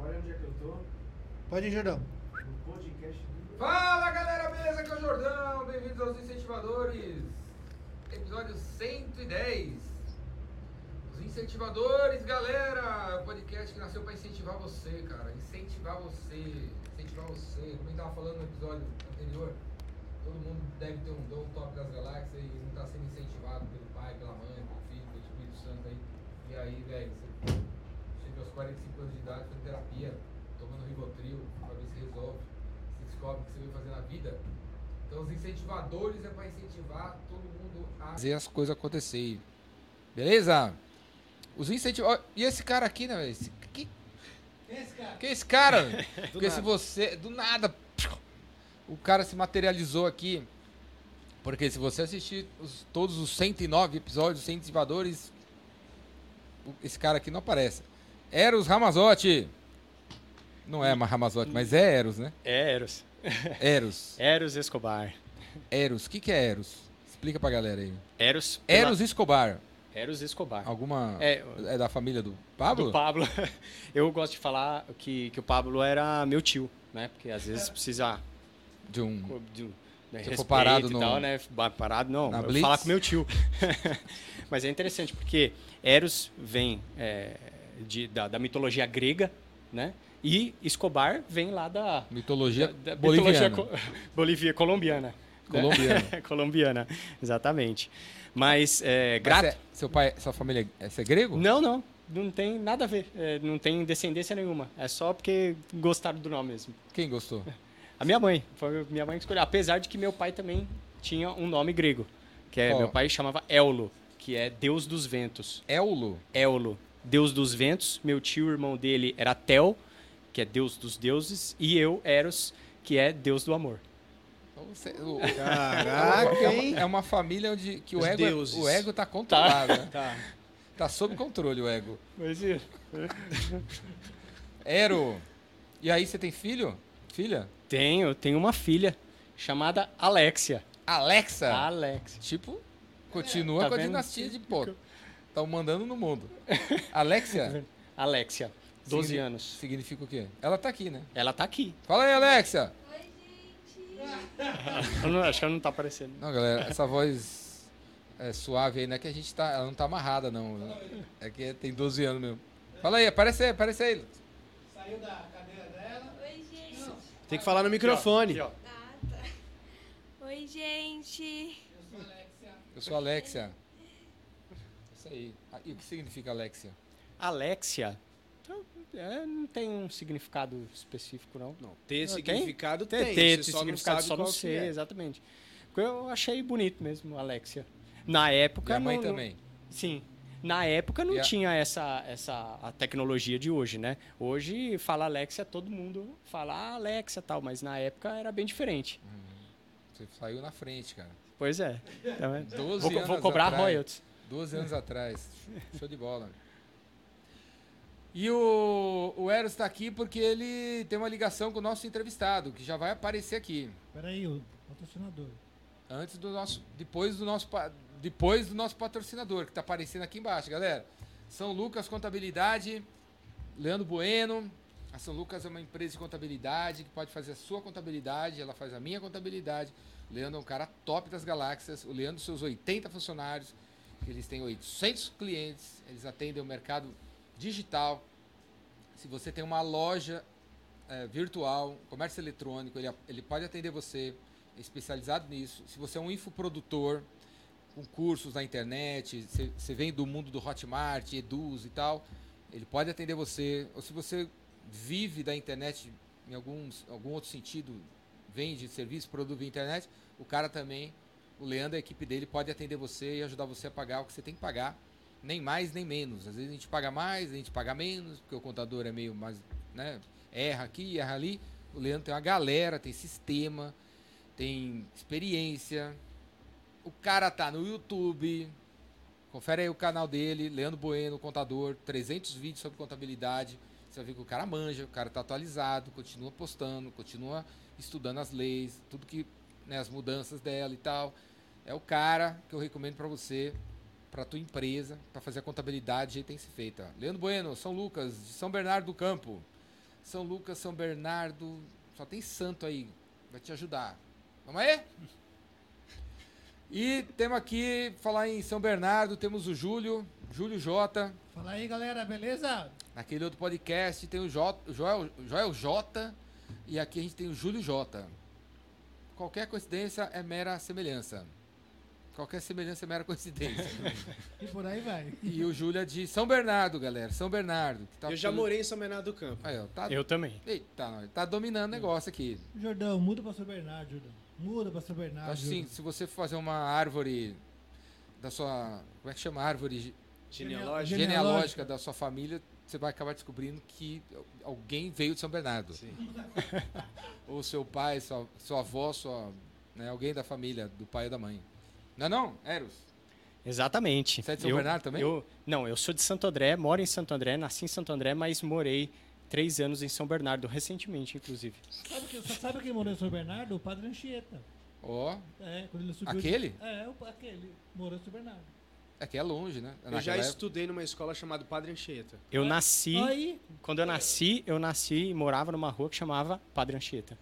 Voltou Pode ir, Jordão. no podcast do... Fala galera, beleza? Aqui é o Jordão, bem-vindos aos Incentivadores, episódio 110. Os Incentivadores, galera, podcast que nasceu pra incentivar você, cara, incentivar você, incentivar você. Como a gente tava falando no episódio anterior, todo mundo deve ter um dom top das galáxias e não tá sendo incentivado pelo pai, pela mãe, pelo filho, pelo Espírito Santo aí. E aí, velho, você Cheguei aos 45 anos de idade, fazendo terapia, tomando Rivotril, pra ver se resolve, se descobre o que você veio fazer na vida. Então, os incentivadores é pra incentivar todo mundo a fazer as coisas acontecerem. Beleza? Os incentivadores. E esse cara aqui, né, velho? Esse- Quem Que, é esse cara? que é esse cara? velho? Porque se nada. você. Do nada. O cara se materializou aqui. Porque se você assistir os- todos os 109 episódios dos Incentivadores, o- esse cara aqui não aparece. Eros Ramazotti. Não é mais Ramazotti, mas é Eros, né? É Eros. Eros. Eros Escobar. Eros. O que, que é Eros? Explica pra galera aí. Eros. pela- Eros Escobar. Eros Escobar. Alguma. É, É da família do Pablo? do Pablo. Eu gosto de falar que, que o Pablo era meu tio, né? Porque às vezes precisa De um. de um né, Você ficou respeito parado e no- tal, né? Ba- Parado não, na eu Blitz? falar com meu tio. Mas é interessante porque Eros vem é, de- da, da mitologia grega, né? E Escobar vem lá da, Mitologia da- da boliviana. mitologia co- Bolívia, colombiana. né? Colombiana. colombiana, exatamente. Mas é, Mas grato. é- seu pai, sua família, é, você é grego? Não, não. Não tem nada a ver. é, não tem descendência nenhuma. É só porque gostaram do nome mesmo. Quem gostou? A minha mãe. Foi minha mãe que escolheu. Apesar de que meu pai também tinha um nome grego. Que é, Qual? meu pai chamava Eulo, que é Deus dos Ventos. Eulo. Eulo, Deus dos Ventos. Meu tio, irmão dele, era Tel, que é Deus dos Deuses. E eu, Eros, que é Deus do Amor. Então Você- o- Caraca, é, hein? uma, é uma família onde que o Os ego, é- deuses. o ego tá controlado. né? Tá. Tá sob controle o ego. Mas e- Ero. E aí, você tem filho? Filha? Tenho, tenho uma filha chamada Alexia. Alexa. Ah, Alexia. Tipo, continua tá com a vendo? dinastia de pô. Estão mandando no mundo. Alexia? Alexia, 12 signi- anos. Significa o quê? Ela tá aqui, né? Ela tá aqui. Fala aí, Alexia. Eu não- acho que ela não tá aparecendo. Não, galera, essa voz é suave aí, não é que a gente tá. Ela não tá amarrada, não. É que tem 12 anos mesmo. Fala aí, aparece aí, aparece aí. Saiu da cadeira dela. Oi, gente. Tem que falar no microfone. Aqui, ó. Ah, tá. Oi, gente. Eu sou Alexia. Isso aí. Ah, E o que significa Alexia? Alexia. é, não tem um significado específico, não. Não, ter Não, significado tem. Tem, tem, você esse só significado não sabe só não qual que sei, é. exatamente. Eu achei bonito mesmo, Alexia. Na época. Minha mãe não- não- também. Sim. Na época não E a- tinha essa, essa a tecnologia de hoje, né? Hoje fala Alexia, todo mundo fala ah, Alexia tal, mas na época era bem diferente. Você saiu na frente, cara. Pois é. Então, é. 12 Vou, co- anos vou cobrar atrás. royalties. 12 anos atrás. Show de bola. E o, o Eros tá aqui porque ele tem uma ligação com o nosso entrevistado, que já vai aparecer aqui. Peraí, o patrocinador. Antes do nosso. Depois do nosso. pa- Depois do nosso patrocinador, que tá aparecendo aqui embaixo, galera. São Lucas Contabilidade, Leandro Bueno. A São Lucas é uma empresa de contabilidade que pode fazer a sua contabilidade, ela faz a minha contabilidade. O Leandro é um cara top das galáxias. O Leandro, seus 80 funcionários, eles têm 800 clientes, eles atendem o mercado digital. Se você tem uma loja eh, virtual, comércio eletrônico, ele, a- ele pode atender você é especializado nisso. Se você é um infoprodutor, com cursos na internet, você- você vem do mundo do Hotmart, Eduz e tal, ele pode atender você. Ou se você vive da internet em alguns, algum outro sentido, vende serviço, produto via internet, o cara também, o Leandro, a equipe dele, pode atender você e ajudar você a pagar o que você tem que pagar. Nem mais, nem menos. Às vezes a gente paga mais, a gente paga menos, porque o contador é meio mais, né? Erra aqui, erra ali. O Leandro tem uma galera, tem sistema, tem experiência. O cara tá no YouTube. Confere aí o canal dele, Leandro Bueno, contador, 300 vídeos sobre contabilidade. Você vai ver que o cara manja, o cara tá atualizado, continua postando, continua estudando as leis, tudo que, né, as mudanças dela e tal. É o cara que eu recomendo para você, para tua empresa, para fazer a contabilidade do jeito que tem que ser feita. Leandro Bueno, São Lucas, de São Bernardo do Campo. São Lucas, São Bernardo. Só tem santo aí. Vai te ajudar. Vamos aí? E temos aqui, falar em São Bernardo, temos o Júlio, Júlio Jota. Fala aí, galera, beleza? Naquele outro podcast tem o, J, o Joel, o Joel Jota e aqui a gente tem o Júlio Jota. Qualquer coincidência é mera semelhança. Qualquer semelhança é mera coincidência. E por aí vai. e o Júlio é de São Bernardo, galera. São Bernardo. que tá Eu já pelo- morei em São Bernardo do Campo. Aí, ó, tá... Eu também. Eita, não, ele tá dominando o negócio aqui. Jordão, muda pra São Bernardo, Jordão. Muda pra São Ah, Bernardo. Acho assim, Jordão. se você for fazer uma árvore da sua. Como é que chama? Árvore ge- Genealógico. Genealógica. genealógica da sua família, você vai acabar descobrindo que alguém veio de São Bernardo. Sim. Ou seu pai, sua, sua avó, sua, né, alguém da família, do pai ou da mãe. Não é não, Eros? Exatamente. Você é de São Bernardo também? eu- não, eu sou de Santo André, moro em Santo André, nasci em Santo André, mas morei três anos em São Bernardo, recentemente, inclusive. Sabe, que, sabe quem morou em São Bernardo? O padre Anchieta. Ó, É, quando ele subiu. aquele? É, o- aquele. Morou em São Bernardo. É que é longe, né? Eu já Naquela época- estudei numa escola chamada Padre Anchieta. Eu nasci, Aí. quando eu nasci, eu nasci e morava numa rua que chamava Padre Anchieta.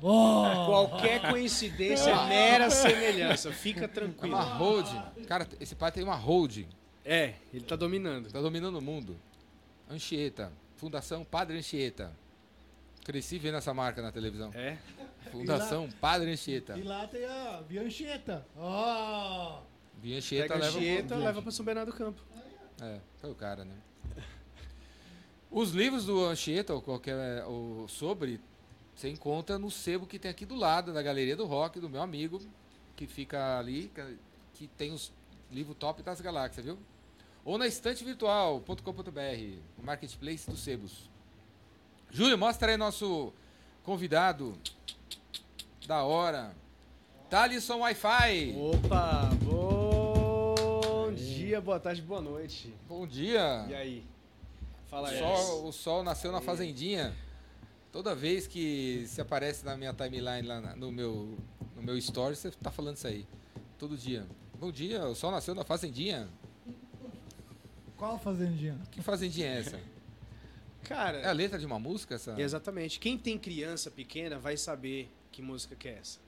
Ó. Qualquer coincidência Ah. é mera semelhança. Fica É tranquilo. uma holding. Cara, esse pai tem uma holding. É, ele tá dominando. Tá dominando o mundo. Anchieta. Fundação Padre Anchieta. Cresci vendo essa marca na televisão. É? Fundação Padre Anchieta. E lá tem a Via Anchieta. Ó. Vi Anchieta, Pega leva... um Anchieta, leva pra São Bernardo do Campo. É, foi o cara, né? Os livros do Anchieta, ou qualquer. é, Ou sobre, você encontra no sebo que tem aqui do lado, na galeria do rock, do meu amigo, que fica ali, que- que tem os livros top das galáxias, viu? Ou na estante virtual.com.br, o marketplace dos sebos. Júlio, mostra aí nosso convidado da hora. Thalisson Wi-Fi. Opa, É. bom dia, boa tarde, boa noite. Bom dia. E aí? Fala O aí. sol, o sol nasceu na fazendinha. Toda vez que se aparece na minha timeline lá na- no meu no meu story, você tá falando isso aí. Todo dia. Bom dia, o sol nasceu na fazendinha. Qual fazendinha? Que fazendinha é essa? É a Cara, letra de uma música essa? exatamente. Quem tem criança pequena vai saber que música que é essa.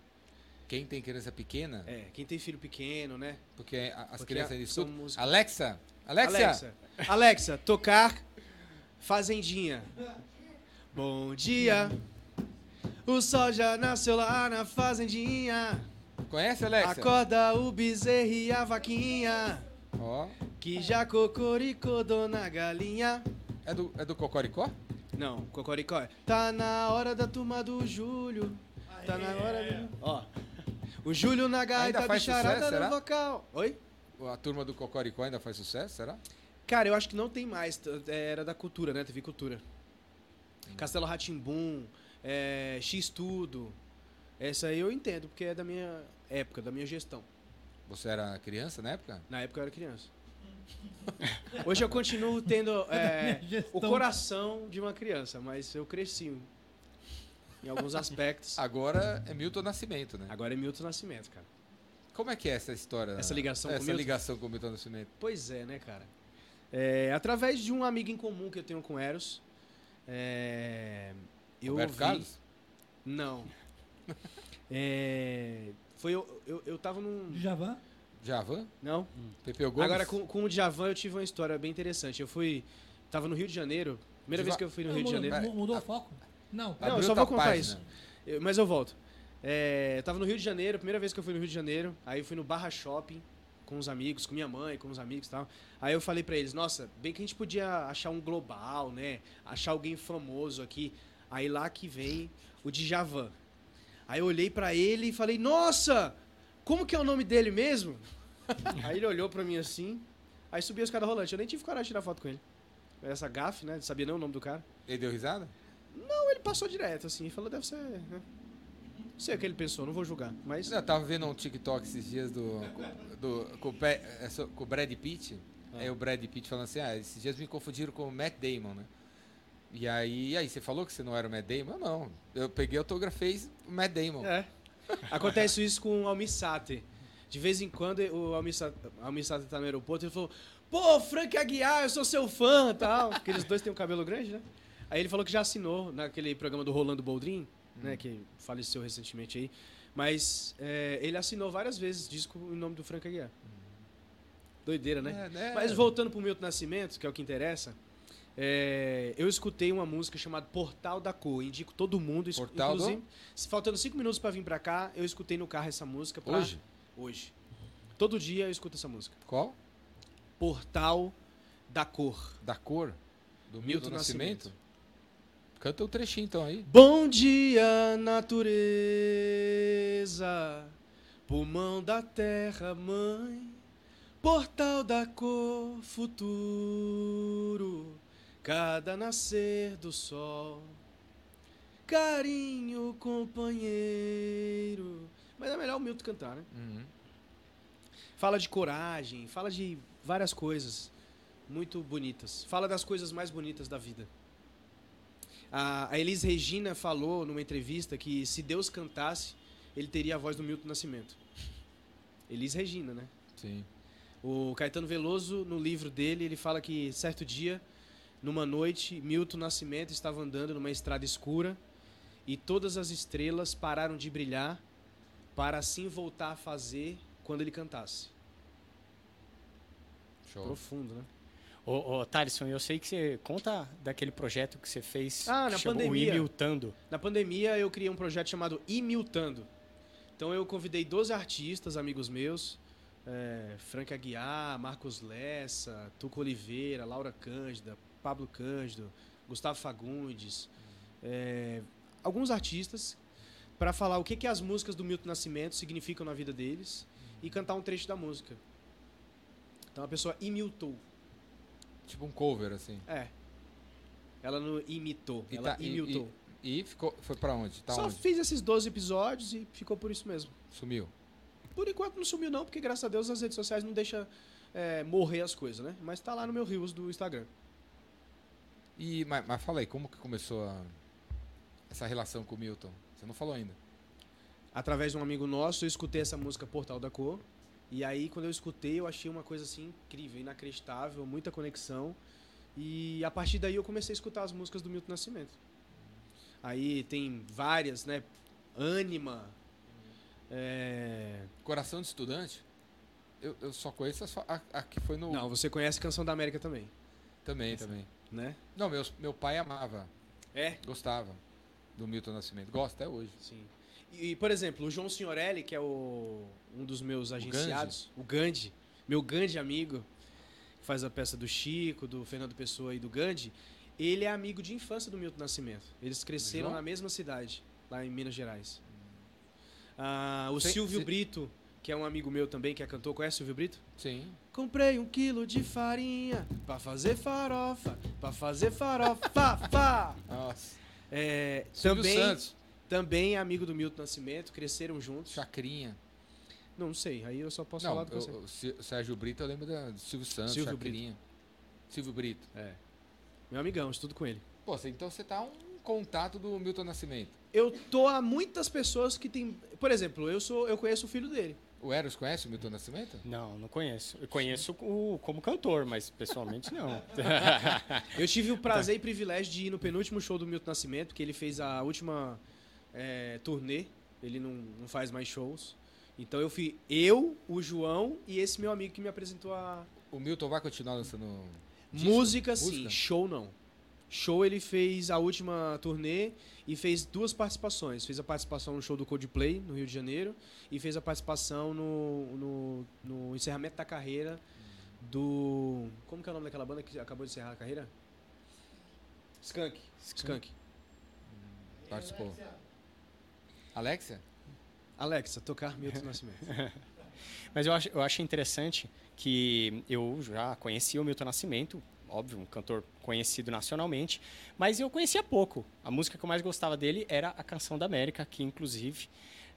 Quem tem criança pequena, É, quem tem filho pequeno, né? porque a- as Porque crianças a- eles são escutam. músicas. Alexa, Alexa, Alexa, Alexa, tocar Fazendinha. Bom dia. O sol já nasceu lá na fazendinha. conhece Alexa? Acorda o bezerro e a vaquinha. Ó, Que já cocoricou, dona galinha. é do é do Cocoricó? Não, Cocoricó. Tá na hora da turma do Júlio. Tá na hora do. Ó. O Júlio na gaita faz bicharada sucesso, no será? vocal. Oi? A turma do Cocoricó ainda faz sucesso, será? Cara, eu acho que não tem mais. t- Era da cultura, né? TV Cultura. Castelo Ratimbum, é, X Tudo. Essa aí eu entendo, porque é da minha época, da minha gestão. Você era criança na época? Na época eu era criança. Hoje eu continuo tendo é, minha gestão. o coração de uma criança, mas eu cresci em alguns aspectos. Agora é Milton Nascimento, né? Agora é Milton Nascimento, cara. Como é que é essa história? Essa ligação com essa Milton? ligação com o Milton Nascimento. Pois é, né, cara? É, através de um amigo em comum que eu tenho com o Eros, é, eu Roberto ouvi... Carlos? Não. É, foi eu, eu, eu tava num... Djavan? Javan? Não? Pepeu Gomes? Agora, com, com o Djavan eu tive uma história bem interessante. Eu fui... Tava no Rio de Janeiro. Primeira vez Djavan- que eu fui no Não, Rio de mudou- Janeiro. mu- Mudou o foco? Não. Não, eu Abriu só vou outra contar página. isso. Eu- mas eu volto. É, eu tava no Rio de Janeiro, primeira vez que eu fui no Rio de Janeiro. Aí eu fui no Barra Shopping com os amigos, com minha mãe, com os amigos e tal. Aí eu falei pra eles, nossa, bem que a gente podia achar um global, né? Achar alguém famoso aqui. Aí lá que vem o Djavan. Aí eu olhei pra ele e falei, nossa, como que é o nome dele mesmo? aí ele olhou pra mim assim, aí subi a escada rolante. Eu nem tive coragem de tirar foto com ele. Essa gafe, né? Não sabia nem o nome do cara. Ele deu risada? Ele passou direto, assim, e falou, deve ser. Né? Não sei o que ele pensou, não vou julgar. Mas. Eu tava vendo um TikTok esses dias do, do, com, o Pe- é so- com o Brad Pitt. Ah. Aí o Brad Pitt falando assim, ah, esses dias me confundiram com o Matt Damon, né? E aí, e aí, você falou que você não era o Matt Damon? Eu não. Eu peguei, autografei o Matt Damon. Tá. É. Acontece isso com o Almissate. De vez em quando o Almissate, Almissate tá no aeroporto e ele falou: Pô, Frank Aguiar, eu sou seu fã tal. Porque eles dois têm um cabelo grande, né? Aí ele falou que já assinou naquele programa do Rolando Boldrin, né? Que faleceu recentemente aí. Mas é, ele assinou várias vezes disco em nome do Frank Aguiar. Doideira, né? É, né? Mas voltando pro Milton Nascimento, que é o que interessa, é, eu escutei uma música chamada Portal da Cor. Indico todo mundo. escu- Portal do- inclusive, se- faltando cinco minutos pra vir pra cá, eu escutei no carro essa música. pra- Hoje? Hoje. Todo dia eu escuto essa música. Qual? Portal da Cor. Da cor? Do Milton Milton Nascimento? Canta o trechinho então aí. Bom dia, natureza, pulmão da terra, mãe, portal da cor, futuro, cada nascer do sol, carinho, companheiro. Mas é melhor o Milton cantar, né? Uhum. Fala de coragem, fala de várias coisas muito bonitas. Fala das coisas mais bonitas da vida. A, a Elis Regina falou numa entrevista que se Deus cantasse, ele teria a voz do Milton Nascimento. Elis Regina, né? Sim. O Caetano Veloso, no livro dele, ele fala que certo dia, numa noite, Milton Nascimento estava andando numa estrada escura e todas as estrelas pararam de brilhar para assim voltar a fazer quando ele cantasse. Show. Profundo, né? Ô, ô Thaleson, eu sei que você conta daquele projeto que você fez Ah, que na chamou pandemia. o Imiltando. Na pandemia, eu criei um projeto chamado Imiltando. Então, eu convidei 12 artistas, amigos meus, é, Frank Aguiar, Marcos Lessa, Tuco Oliveira, Laura Cândida, Pablo Cândido, Gustavo Fagundes, é, alguns artistas, para falar o que, que as músicas do Milton Nascimento significam na vida deles e cantar um trecho da música. Então, a pessoa imiltou. Tipo um cover assim. É. Ela não imitou, E ela tá- e- imiltou. E ficou, foi pra onde? Tá Só onde? fiz esses 12 episódios e ficou por isso mesmo. Sumiu. Por enquanto não sumiu não, porque graças a Deus as redes sociais não deixam é, morrer as coisas, né? Mas tá lá no meu Reels do Instagram. E, mas, mas fala aí, como que começou a- essa relação com o Milton? Você não falou ainda. Através de um amigo nosso, eu escutei essa música Portal da Cor. E aí, quando eu escutei, eu achei uma coisa assim incrível, inacreditável, muita conexão. E a partir daí eu comecei a escutar as músicas do Milton Nascimento. Aí tem várias, né? Ânima. É... Coração de estudante? Eu, eu só conheço as fa- a, a que foi no. Não, você conhece Canção da América também, Também, também. né? Não, meus, meu pai amava, É, gostava do Milton Nascimento. Gosta até hoje. Sim. E, por exemplo, o João Signorelli, que é o, um dos meus agenciados, o Gandhi, meu grande amigo, que faz a peça do Chico, do Fernando Pessoa e do Gandhi, ele é amigo de infância do Milton Nascimento. Eles cresceram João? Hum. na mesma cidade, lá em Minas Gerais. Ah, o Cê- Silvio cê- Brito, que é um amigo meu também, que é cantor, conhece o Silvio Brito? Sim. Comprei um quilo de farinha pra fazer farofa, pra fazer farofa, fa! Nossa. É, Silvio também, Santos, também é amigo do Milton Nascimento, cresceram juntos. Chacrinha. Não, não sei, aí eu só posso não, falar do que eu, sei. eu, eu, Sé- Sérgio Brito, eu lembro da do Silvio Santos, Silvio Chacrinha. Silvio Brito. Meu amigão, estudo com ele. Pô, cê- então você tá um contato do Milton Nascimento. Eu tô a muitas pessoas que tem, por exemplo, eu sou, eu conheço o filho dele. O Eros conhece o Milton Nascimento? Não, não conheço. Eu conheço o, como cantor, mas pessoalmente não. Eu tive o Tá. prazer e privilégio de ir no penúltimo show do Milton Nascimento, que ele fez a última é, turnê, ele não, não faz mais shows. Então eu fui eu, o João e esse meu amigo que me apresentou a O Milton vai continuar lançando. disco? música, sim, música? show não. Show ele fez a última turnê e fez duas participações. Fez a participação no show do Coldplay, no Rio de Janeiro, e fez a participação no, no, no encerramento da carreira do... Como que é o nome daquela banda que acabou de encerrar a carreira? Skunk. Skunk. Participou. Alexia? Alexa, tocar Milton Nascimento. Mas eu acho, eu acho interessante que eu já conheci o Milton Nascimento, óbvio, um cantor conhecido nacionalmente, mas eu conhecia pouco. A música que eu mais gostava dele era a Canção da América, que inclusive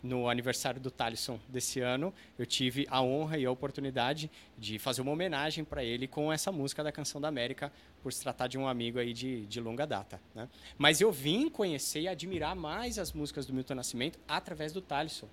no aniversário do Talisson desse ano, eu tive a honra e a oportunidade de fazer uma homenagem para ele com essa música da Canção da América, por se tratar de um amigo aí de, de longa data. Né? Mas eu vim conhecer e admirar mais as músicas do Milton Nascimento através do Talisson.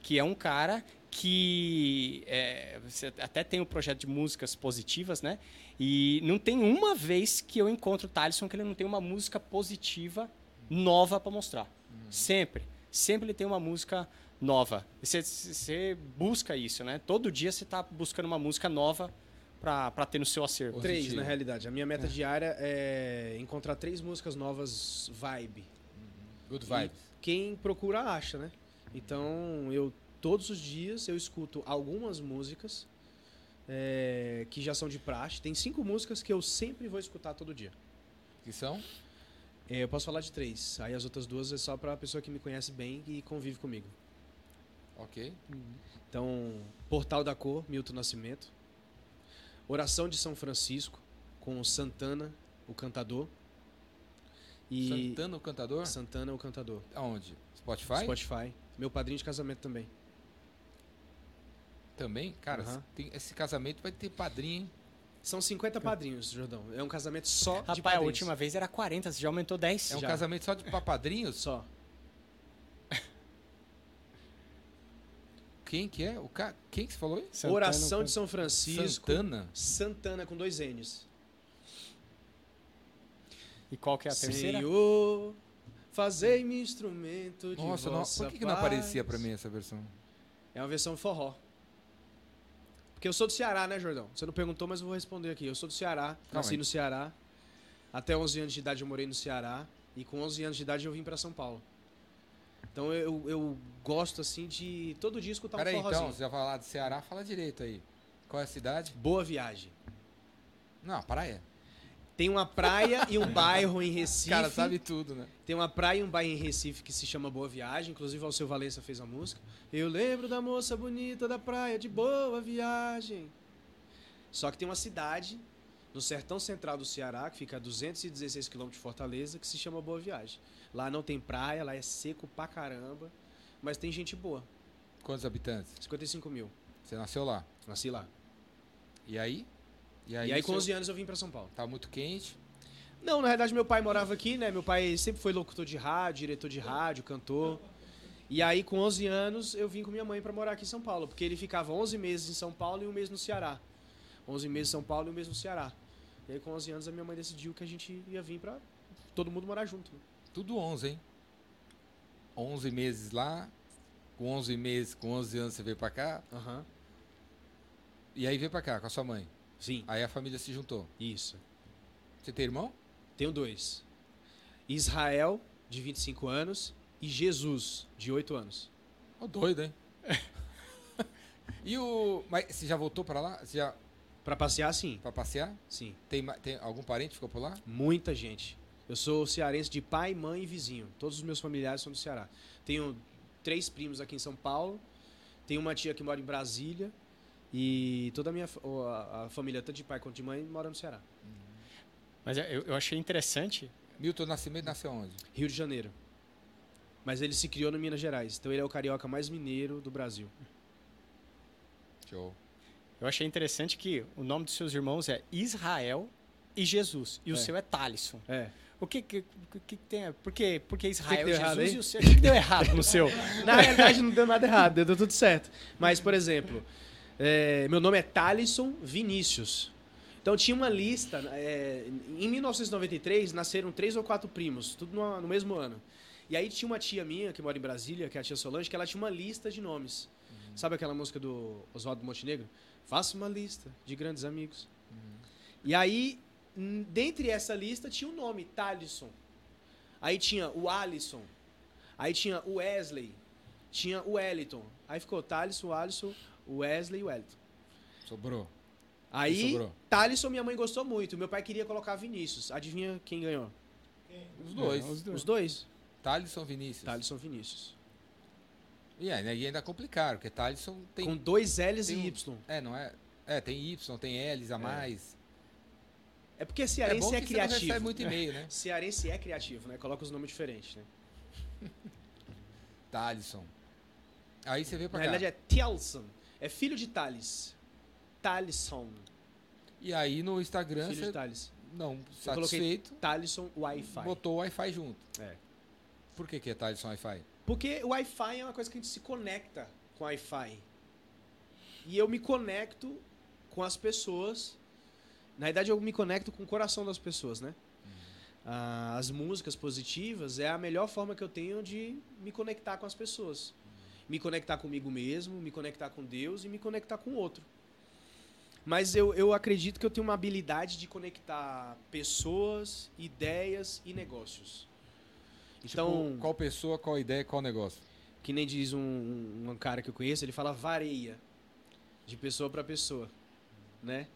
que é um cara que é, você até tem um projeto de músicas positivas, né? E não tem uma vez que eu encontro o Talisson que ele não tem uma música positiva nova para mostrar. Sempre. Sempre ele tem uma música nova. E Você, você busca isso, né? Todo dia você tá buscando uma música nova para ter no seu acervo. Positivo. Três, na realidade. A minha meta diária é encontrar três músicas novas vibe. Good vibes. Quem procura, acha, né? Então, eu todos os dias eu escuto algumas músicas é, que já são de praxe. Tem cinco músicas que eu sempre vou escutar todo dia. Que são? É, eu posso falar de três. Aí as outras duas é só pra pessoa que me conhece bem e convive comigo. Ok. Então, Portal da Cor, Milton Nascimento. Oração de São Francisco, com Santana, o cantador. E Santana, o cantador? Santana, o cantador. Aonde? Spotify? Spotify. Meu padrinho de casamento também. Também? Cara, Aham. tem- esse casamento vai ter padrinho, hein? São 50 padrinhos, Jordão. É um casamento só de Rapaz, Tipo, é, a padrinhos. última vez era 40, você já aumentou 10. É um Já. casamento só de pra padrinhos? Só. Quem que é? O ca... Quem que você falou aí? Santana, Oração com- de São Francisco. Santana? Santana com dois N's. E qual que é a terceira? Senhor, fazei-me instrumento de Nossa, não- vossa por que, que não paz. aparecia pra mim essa versão? É uma versão forró. Porque eu sou do Ceará, né, Jordão? Você não perguntou, mas eu vou responder aqui. Eu sou do Ceará, nasci aí. no Ceará. Até 11 anos de idade eu morei no Ceará. E com 11 anos de idade eu vim pra São Paulo. Então eu, eu gosto, assim, de todo dia escutar um Peraí, forrozinho. então, você já falar do Ceará, fala direito aí. Qual é a cidade? Boa viagem. Não, praia. Tem uma praia e um bairro em O Recife. cara sabe tudo, né? Tem uma praia e um bairro em Recife que se chama Boa Viagem, inclusive o Alceu Valença fez a música. Eu lembro da moça bonita da praia de Boa Viagem. Só que tem uma cidade no sertão central do Ceará, que fica a 216 quilômetros de Fortaleza, que se chama Boa Viagem. Lá não tem praia, lá é seco pra caramba, mas tem gente boa. Quantos habitantes? 55 mil. Você nasceu lá. Nasci lá. E aí? e aí com você- 11 anos eu vim pra São Paulo. Tá muito quente. Não, na verdade meu pai morava aqui, né? Meu pai sempre foi locutor de rádio, diretor de rádio, cantor. E aí com 11 anos eu vim com minha mãe pra morar aqui em São Paulo, porque ele ficava 11 meses em São Paulo e um mês no Ceará. 11 meses em São Paulo e um mês no Ceará. E aí com 11 anos a minha mãe decidiu que a gente ia vir pra todo mundo morar junto. né? Tudo 11, hein? 11 meses lá. Com 11 meses, com 11 anos você veio pra cá. E aí veio pra cá com a sua mãe. Sim, Aí a família se juntou. isso. Você tem irmão? Tenho dois. Israel, de 25 anos, e Jesus, de 8 anos. Ô, doido, hein? e o. Mas você já voltou pra lá? Você já. Pra passear, sim. pra passear? Sim. Tem, ma- tem algum parente que ficou por lá? Muita gente. Eu sou cearense de pai, mãe e vizinho. Todos os meus familiares são do Ceará. Tenho três primos aqui em São Paulo. Tenho uma tia que mora em Brasília. E toda a minha fa- o- a, a família, tanto de pai quanto de mãe, mora no Ceará. Mas é, eu, eu achei interessante. Milton Nascimento nasceu onde? Rio de Janeiro. Mas ele se criou no Minas Gerais. Então ele é o carioca mais mineiro do Brasil. Show. Eu achei interessante que o nome dos seus irmãos é Israel e Jesus. E o É. seu é Talisson. É. O que que, que, que tem? a- Por quê? Porque Israel deu e errado Jesus aí? e o seu. O que que deu errado no seu? Na realidade, não deu nada errado, deu- deu tudo certo. Mas, por exemplo, é, meu nome é Talisson Vinícius. Então tinha uma lista. é, em 1993 nasceram três ou quatro primos, tudo no, no mesmo ano. E aí tinha uma tia minha, que mora em Brasília, que é a tia Solange, que ela tinha uma lista de nomes. Sabe aquela música do Oswaldo Montenegro? Faça uma lista de grandes amigos. E aí, n- dentre essa lista, tinha o nome Talisson. Aí tinha o Alisson. Aí tinha o Wesley. Tinha o Wellington. Aí ficou Talisson, Alisson, Wesley e Wellington. Sobrou. Aí, Sobrou. Talisson, minha mãe gostou muito. Meu pai queria colocar Vinícius. Adivinha quem ganhou? Os dois. Não, os dois. É, Os dois. Talisson Vinícius. Talisson Vinícius. E aí, né, e ainda complicaram, porque Talisson tem. Com dois L's tem um- e Y. É, não é. É, tem Y, tem L's a mais. É porque É, cearense bom é, que você não criativo. recebe muito e-mail, né? Cearense é criativo, né? Coloca os nomes diferentes, né? Talisson. Aí você veio Na pra cá. realidade é Telson. É filho de Thales. Talisson. E aí no Instagram Filho de você Thales. não Eu coloquei satisfeito, Talisson Wi-Fi. botou o Wi-Fi junto. É. Por que, que é Talisson Wi-Fi? Porque o Wi-Fi é uma coisa que a gente se conecta com Wi-Fi. E eu me conecto com as pessoas. Na verdade, eu me conecto com o coração das pessoas, né? Ah, as músicas positivas é a melhor forma que eu tenho de me conectar com as pessoas. Me conectar comigo mesmo, me conectar com Deus e me conectar com o outro. Mas eu, eu acredito que eu tenho uma habilidade de conectar pessoas, ideias e negócios. Então, Então, qual pessoa, qual ideia, qual negócio? que nem diz um, um cara que eu conheço, ele fala vareia de pessoa para pessoa, né?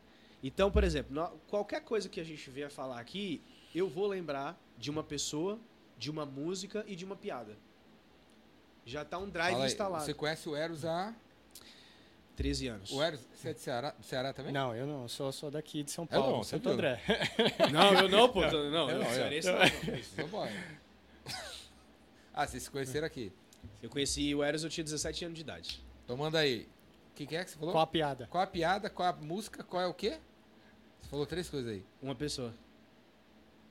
Então, por exemplo, nó- qualquer coisa que a gente vier falar aqui, eu vou lembrar de uma pessoa, de uma música e de uma piada. Já tá um drive Fala aí, instalado. Você conhece o Eros há. 13 anos. O Eros, você é de Ceará, do Ceará também? Não, eu não, eu sou, sou daqui de São É, não, Paulo, você Santo viu. André. Não, eu não, pô. Não, não, eu não, eu- cearense não. Só boy. ah, vocês se conheceram aqui. Eu conheci o Eros, eu tinha 17 anos de idade. Então manda aí. O que, que é que você falou? Qual a piada? Qual a piada, qual a música, qual é o quê? Você falou três coisas aí. Uma pessoa.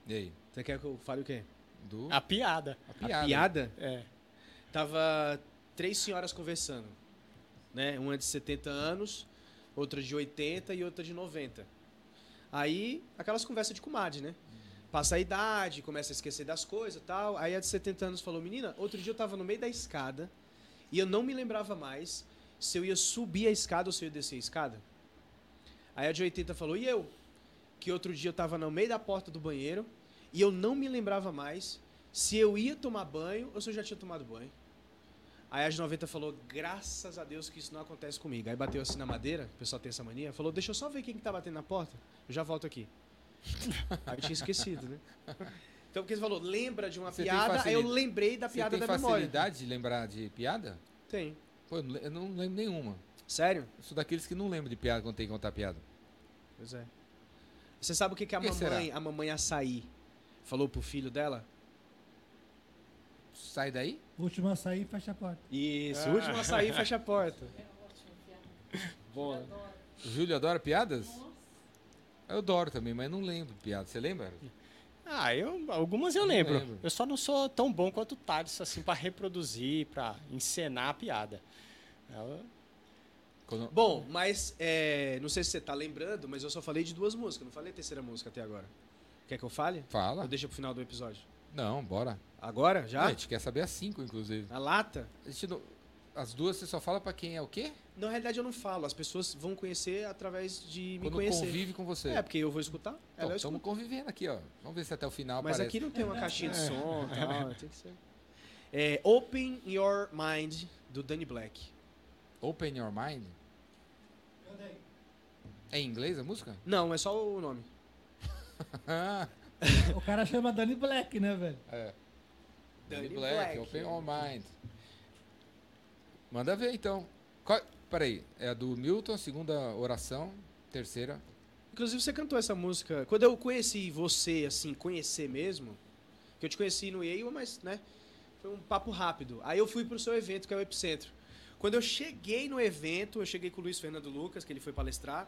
E aí? Você quer que eu fale o quê? Do... A piada. A piada? É. Tava três senhoras conversando, né? Uma de 70 anos, outra de 80 e outra de 90. Aí, aquelas conversas de comadre, né? Passa a idade, começa a esquecer das coisas e tal. Aí a de 70 anos falou: Menina, outro dia eu tava no meio da escada e eu não me lembrava mais se eu ia subir a escada ou se eu ia descer a escada. Aí a de 80 falou: E eu? Que outro dia eu tava no meio da porta do banheiro e eu não me lembrava mais se eu ia tomar banho ou se eu já tinha tomado banho. Aí a de 90 falou, graças a Deus que isso não acontece comigo. Aí bateu assim na madeira, o pessoal tem essa mania, falou, deixa eu só ver quem que tá batendo na porta, eu já volto aqui. Aí eu tinha esquecido, né? Então, porque ele falou, lembra de uma Você tem piada, aí eu facilidade- lembrei da Você é piada tem da memória. facilidade de lembrar de piada? Tem. Pô, eu não le- eu não lembro nenhuma. Sério? Eu sou daqueles que não lembram de piada quando tem que contar piada. Pois é. Você sabe o que, que a Por que mamãe, a mamãe açaí falou pro filho dela? Sai daí? Último açaí e fecha a porta. Isso, o último açaí fecha a porta. Boa. O Júlio adora piadas? Eu adoro também, mas não lembro de piada. Você lembra? Ah, eu, algumas eu lembro. lembro. Eu só não sou tão bom quanto o Thales, assim, pra reproduzir, pra encenar a piada. É, Eu- Quando- Bom, mas é, não sei se você tá lembrando, mas eu só falei de duas músicas, não falei a terceira música até agora. Quer que eu fale? Fala. Ou deixa pro final do episódio? Não, bora. Agora? Não, Já? a gente quer saber as cinco, inclusive. Na lata? A gente não- As duas você só fala pra quem é o quê? Na realidade eu não falo, as pessoas vão conhecer através de me quando conhecer. convive com você. É, porque eu vou escutar, Então, ela estamos escuta. convivendo aqui, ó. Vamos ver se até o final Mas aparece. É. aqui não tem uma caixinha de som e tal, tem que ser. É, Open Your Mind, do Danny Black. Open Your Mind. É em inglês a música? Não, é só o nome. Ah, O cara chama Dani Black, né, velho? é. Danny Danny Black, Black. Open Your Mind. Manda ver então. Qual... Peraí, é a do Milton, segunda oração, terceira. Inclusive, você cantou essa música. Quando eu conheci você, assim, conhecer mesmo, que eu te conheci no Yale, mas, né? Foi um papo rápido. Aí eu fui pro seu evento, que é o Epicentro. Quando eu cheguei no evento, eu cheguei com o Luiz Fernando Lucas, que ele foi palestrar.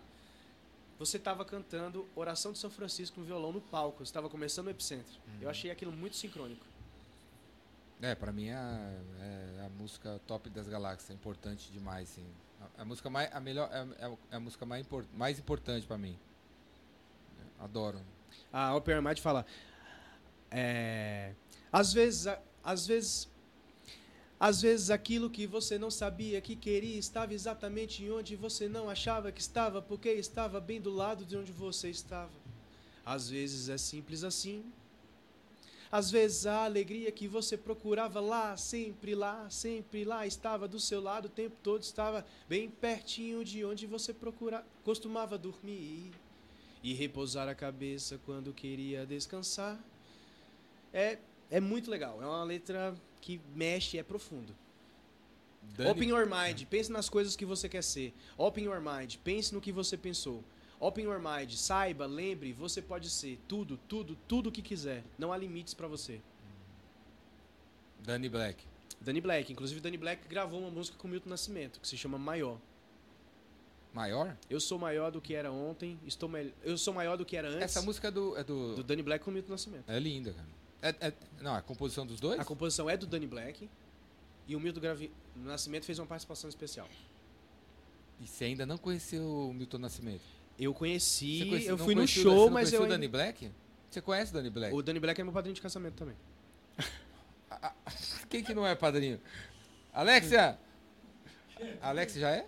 Você tava cantando Oração de São Francisco no violão no palco. Você tava começando o Epicentro. Eu achei aquilo muito sincrônico. É, pra mim é, a- é a música top das galáxias, é importante demais, sim. A, a música mais a melhor é, é a- é a música mais, impor- mais importante pra mim. Adoro. A Open Your Mind fala. É, às vezes. a- Às vezes. Às vezes aquilo que você não sabia que queria estava exatamente onde você não achava que estava, porque estava bem do lado de onde você estava. Às vezes é simples assim. Às vezes a alegria que você procurava lá, sempre lá, sempre lá, estava do seu lado o tempo todo, estava bem pertinho de onde você procura, costumava dormir e repousar a cabeça quando queria descansar. É, é muito legal. É uma letra que mexe, é profundo. Dani- Open your mind, pense nas coisas que você quer ser. Open your mind, pense no que você pensou. Open your mind, saiba, lembre, você pode ser tudo, tudo, tudo que quiser. Não há limites pra você. Dani Black. Danny Black, inclusive Danny Black gravou uma música com Milton Nascimento, que se chama Maior. Maior? Eu sou maior do que era ontem, estou mel- eu sou maior do que era antes. Essa música é do, é do- do Danny Black com Milton Nascimento. É linda, cara. É- é- Não, a composição dos dois? A composição é do Danny Black. E o Milton Gravi... Nascimento fez uma participação especial. E você ainda não conheceu o Milton Nascimento? Eu conheci, Você conhece- eu não fui no conhecia o- show, você não mas conhecia eu. o ainda- Danny Black? Você conhece o Danny Black? O Danny Black é meu padrinho de casamento também. Quem que não é padrinho? Alexia! Alexia já é?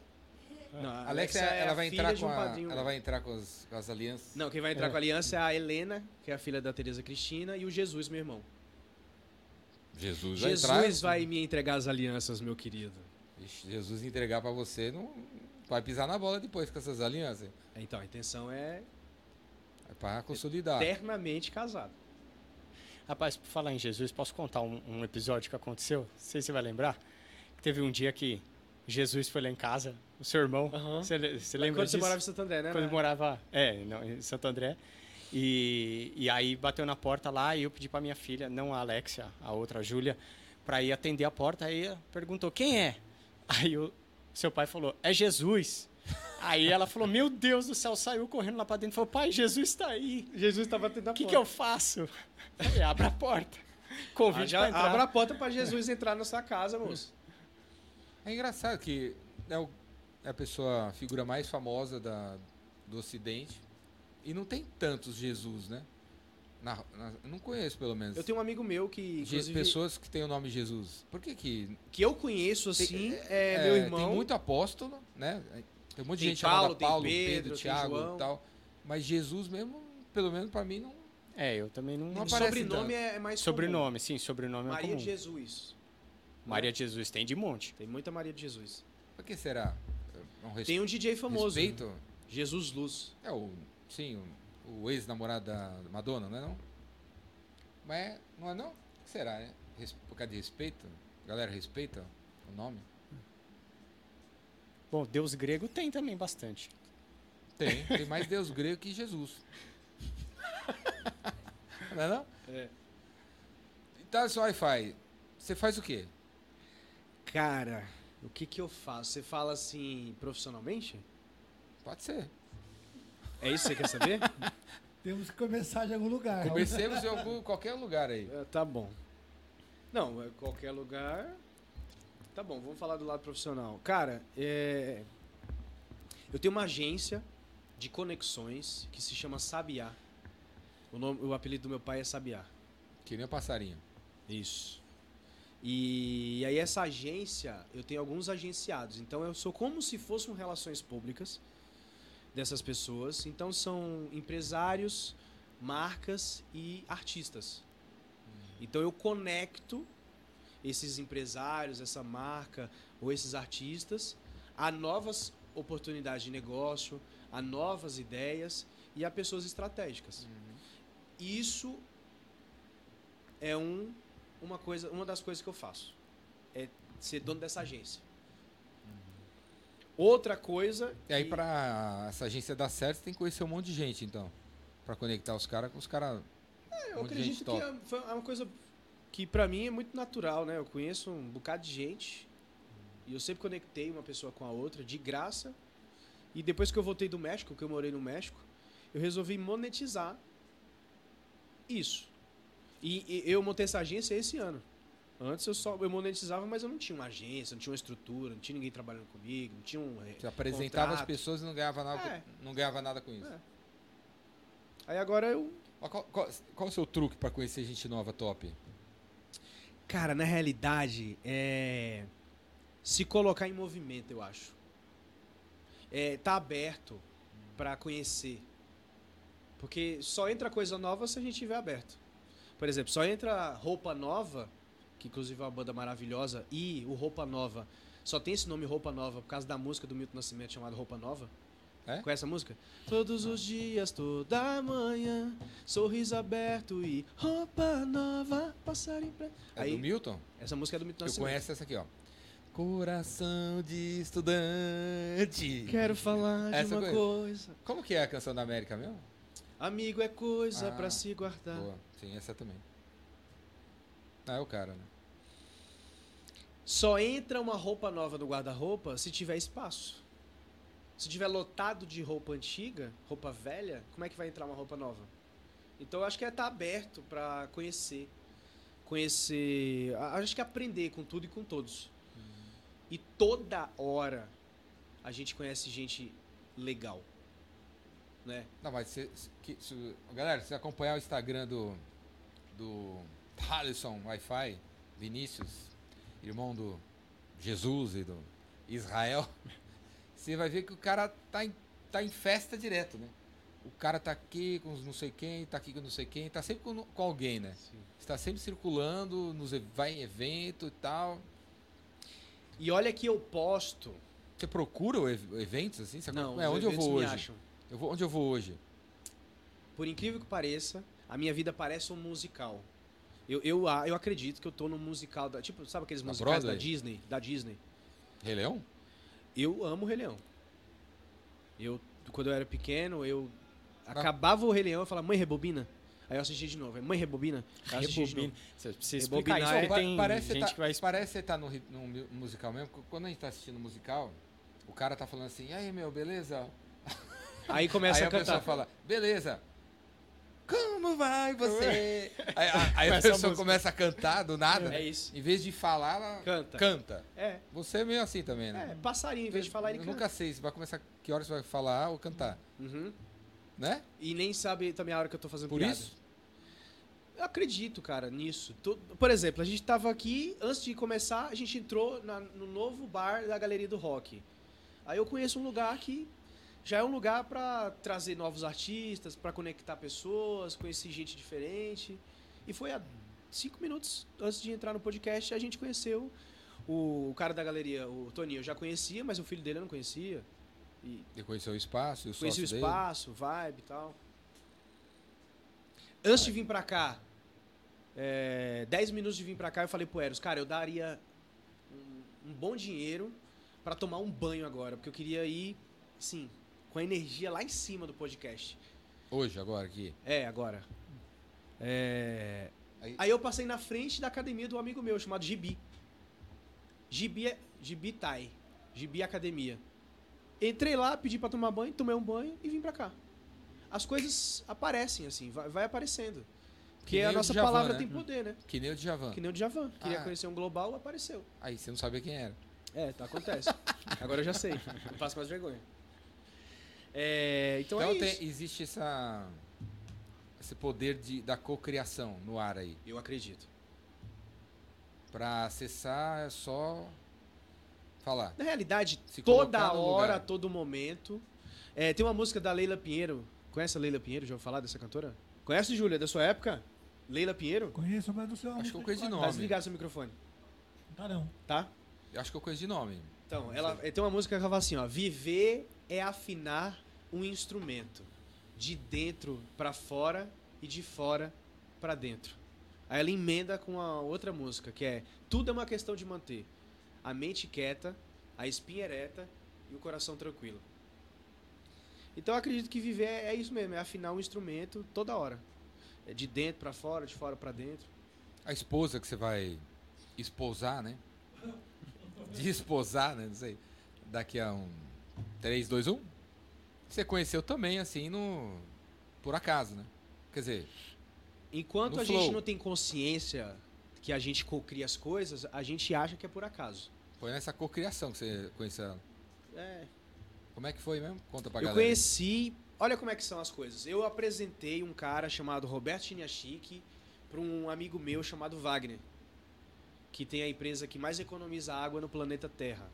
Não, a Alexia, ela, a vai filha entrar de com um a- padrinho ela vai entrar com as, com as alianças. Não, quem vai entrar com a aliança é a Helena, que é a filha da Tereza Cristina, e o Jesus, meu irmão. Jesus vai entrar. Jesus vai me entregar as alianças, meu querido. Ixi, Jesus entregar pra você, não vai pisar na bola depois com essas alianças. Então, a intenção é É pra consolidar. eternamente casado. Rapaz, por falar em Jesus, posso contar um, um episódio que aconteceu? Não sei se você vai lembrar. Que teve um dia que Jesus foi lá em casa, o seu irmão. Aham. Você, le- você Lembra lembra quando você disso? morava em Santo André, né? Quando eu né? morava é, não, em Santo André. E, e aí bateu na porta lá e eu pedi pra minha filha, não a Alexia, a outra, a Júlia, pra ir atender a porta. Aí ela perguntou, quem é? Aí o seu pai falou, é Jesus. Aí ela falou, meu Deus do céu, saiu correndo lá pra dentro e falou, pai, Jesus tá aí. Jesus tava tentando a O que, que é porta. eu faço? Falei, abra a porta. Convide Abra- pra entrar. Abra a porta pra Jesus entrar na sua casa, moço. É engraçado que é, o- é a pessoa, a figura mais famosa da, do Ocidente. E não tem tantos Jesus, né? Na- na- não conheço, pelo menos. Eu tenho um amigo meu que, Je- inclusive, pessoas que têm o nome Jesus. Por que que... que eu conheço assim, é, é, meu irmão. Tem muito apóstolo, né? Tem um monte de Tem gente Paulo, chamada tem Paulo, Pedro, Pedro, tem Tiago João. e tal. Mas Jesus mesmo, pelo menos pra mim, não... É, eu também não... Não O aparece sobrenome tanto. é é mais comum. Sobrenome, sim, sobrenome é Maria comum. de Jesus. Maria de Jesus tem de monte. Tem muita Maria de Jesus. Por que será? É Um res- Tem um DJ famoso. né? respeito? Jesus Luz. É o... Sim, o, o ex-namorado da Madonna, não é não? Mas não é não? O que será, né? Res- Por causa de respeito? Galera, respeita o nome? Bom, Deus grego tem também bastante. Tem. Tem mais Deus grego que Jesus. Não é não? É. Então, esse Wi-Fi, você faz o quê? Cara, o que que eu faço? Você fala assim profissionalmente? Pode ser. É isso que você quer saber? Temos que começar de algum lugar. um Comecemos em algum, qualquer lugar aí. É, tá bom. Não, é qualquer lugar. Tá bom, vamos falar do lado profissional. Cara, é, eu tenho uma agência de conexões que se chama Sabiá. O, nome, o apelido do meu pai é Sabiá. Que nem o passarinho. Isso. E aí essa agência, eu tenho alguns agenciados. Então eu sou como se fossem relações públicas dessas pessoas. Então são empresários, marcas e artistas. Então eu conecto esses empresários, essa marca ou esses artistas a novas oportunidades de negócio, a novas ideias e a pessoas estratégicas. Uhum. Isso é um uma coisa, uma das coisas que eu faço é ser dono dessa agência. Outra coisa Uhum. E aí, que- pra essa agência dar certo, você tem que conhecer um monte de gente, então. Pra conectar os caras com os caras. eu onde a acredito gente que é, foi uma coisa que pra mim é muito natural, né? Eu conheço um bocado de gente e eu sempre conectei uma pessoa com a outra de graça. E depois que eu voltei do México, que eu morei no México, eu resolvi monetizar isso. E, e eu montei essa agência esse ano. Antes eu só eu monetizava, mas eu não tinha uma agência, não tinha uma estrutura, não tinha ninguém trabalhando comigo, não tinha um Você apresentava as Contrato. pessoas e não ganhava nada, É. não ganhava nada com isso. É. Aí agora eu. Mas Qual, qual- qual o seu truque pra conhecer gente nova top? Cara, na realidade, é. Se colocar em movimento, eu acho. É, tá aberto pra conhecer. Porque só entra coisa nova se a gente estiver aberto. Por exemplo, só entra roupa nova, que inclusive é uma banda maravilhosa, e o Roupa Nova. Só tem esse nome Roupa Nova por causa da música do Milton Nascimento chamada Roupa Nova. É? Conhece a música? Todos os dias, toda manhã, sorriso aberto e roupa nova, passarinho pra... É Aí- do Milton? Essa música é do Milton Eu Nascimento. conheço essa aqui, ó. Coração de estudante. Quero falar de Essa é eu uma conheço. coisa. Como que é a canção da América mesmo? Amigo é coisa Ah, pra se guardar. Boa. Sim, essa também. Ah, é o cara, né? Só entra uma roupa nova no guarda-roupa se tiver espaço. Se tiver lotado de roupa antiga, roupa velha, como é que vai entrar uma roupa nova? Então eu acho que é estar aberto pra tá conhecer. conhecer, a- acho que aprender com tudo e com todos. E toda hora a gente conhece gente legal, né? Não, mas se, se- que- se- galera, se acompanhar o Instagram do, do Alisson Wi-Fi, Vinícius, irmão do Jesus e do Israel, você vai ver que o cara tá em, tá em festa direto, né? O cara tá aqui com os não sei quem, tá aqui com não sei quem, tá sempre com, com alguém, né? Está sempre circulando, nos, e- vai em evento e tal. E olha que eu posto. Você procura o ev- eventos assim? Você Não, acompanha? é os onde eu eventos vou me hoje? acham. Eu vou, onde eu vou hoje? Por incrível que pareça, a minha vida parece um musical. Eu, eu, a- eu acredito que eu tô num musical da. Tipo, sabe aqueles Da musicais da Broadway? Disney? Da Disney. Rei Leão? Eu amo o Rei Leão. Eu, quando eu era pequeno, eu Ah. acabava o Rei Leão e falava, mãe, rebobina. Aí eu assistia de novo. Aí, Mãe, rebobina. Aí eu assistia de Rebobina. novo. Você precisa explicar isso, Rebobinar porque Pa- tem parece gente tá, que vai... Parece que você tá num, ri- num mu- musical mesmo, porque quando a gente tá assistindo musical, o cara tá falando assim, aí meu, beleza? Aí começa aí a a pessoa cantar. fala, beleza. Como vai você? aí a, aí a Começa pessoa a música. começa a cantar do nada. né? É isso. Em vez de falar, ela Canta. canta. É, Você é meio assim também, né? é, passarinho, em vez de falar, ele Eu canta. nunca sei se vai começar, que horas você vai falar ou cantar, Uhum. né? E nem sabe também a hora que eu tô fazendo Por piada. isso? Eu acredito, cara, nisso. Tô- Por exemplo, a gente tava aqui, antes de começar, a gente entrou na- no novo bar da Galeria do Rock. Aí eu conheço um lugar que já é um lugar pra trazer novos artistas, pra conectar pessoas, conhecer gente diferente. E foi há cinco minutos antes de entrar no podcast, a gente conheceu o, o cara da galeria, o Toninho, eu já conhecia, mas o filho dele eu não conhecia. E Ele conheceu o espaço, e o Conheci o sócio espaço, vibe e tal. Antes de vir pra cá, é, 10 minutos de vir pra cá, eu falei pro Eros, cara, eu daria um, um bom dinheiro pra tomar um banho agora, porque eu queria ir, assim, com a energia lá em cima do podcast. dele, hoje, agora, aqui. É, agora. É, Aí- Aí eu passei na frente da academia do amigo meu, chamado Gibi. Gibi, é- Gibi Tai. Gibi Academia. Entrei lá, pedi pra tomar banho, tomei um banho e vim pra cá. As coisas aparecem, assim, vai, vai aparecendo. Porque nem a o nossa Djavan, palavra né? tem poder, né? Que nem o Djavan. Que nem o Djavan. Queria Ah. conhecer um global, apareceu. Aí você não sabia quem era. É, tá, acontece. Agora eu já sei. Não passo mais vergonha. É, então, Então, é tem- isso. existe essa, esse poder de, da cocriação no ar aí. Eu acredito. Pra acessar é só falar. Na realidade, Se toda colocar no hora, a lugar. todo momento. É, tem uma música da Leila Pinheiro. Conhece a Leila Pinheiro? Já ouviu falar dessa cantora? Conhece, Júlia, da sua época? Leila Pinheiro? Conheço, mas não sei o nome. Acho que eu conheço de Tá nome. desligado seu microfone, Tá não. tá? Eu acho que eu conheço de nome. Então, ela é, tem uma música que ela fala assim, ó. Viver é afinar um instrumento. De dentro pra fora e de fora pra dentro. Aí ela emenda com a outra música, que é Tudo é uma questão de manter. A mente quieta, a espinha ereta e o coração tranquilo. Então eu acredito que viver é é isso mesmo, é afinar um instrumento toda hora. É de dentro pra fora, de fora pra dentro. A esposa que você vai esposar, né? Desposar, né? Não sei. Daqui a um 3, 2, 1. Você conheceu também, assim, no. Por acaso, né? Quer dizer, Enquanto No a flow. gente não tem consciência que a gente cocria as coisas, a gente acha que é por acaso. foi nessa cocriação que você conheceu ela. É. Como é que foi mesmo? Conta pra Eu galera. conheci. Olha como é que são as coisas. Eu apresentei um cara chamado Roberto Chiniachiki para um amigo meu chamado Wagner, que tem a empresa que mais economiza água no planeta Terra.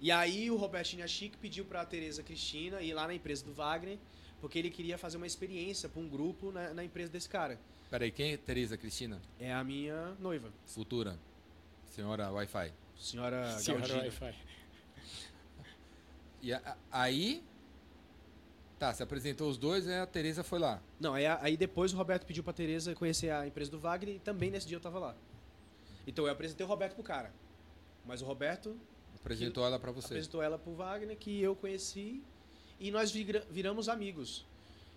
E aí o Roberto Chiniachiki pediu para a Tereza Cristina ir lá na empresa do Wagner, porque ele queria fazer uma experiência para um grupo na, na empresa desse cara. Peraí, quem é Tereza Cristina? É a minha noiva, Futura. Senhora Wi-Fi. senhora, Senhora Galdino. Wi-Fi. E a- a- aí. Tá, se apresentou os dois, aí a Tereza foi lá. Não, aí, aí depois o Roberto pediu pra Tereza conhecer a empresa do Wagner e também nesse dia eu tava lá. Então eu apresentei o Roberto pro cara. Mas o Roberto Apresentou ela pra você. apresentou ela pro Wagner, que eu conheci, e nós vira- viramos amigos.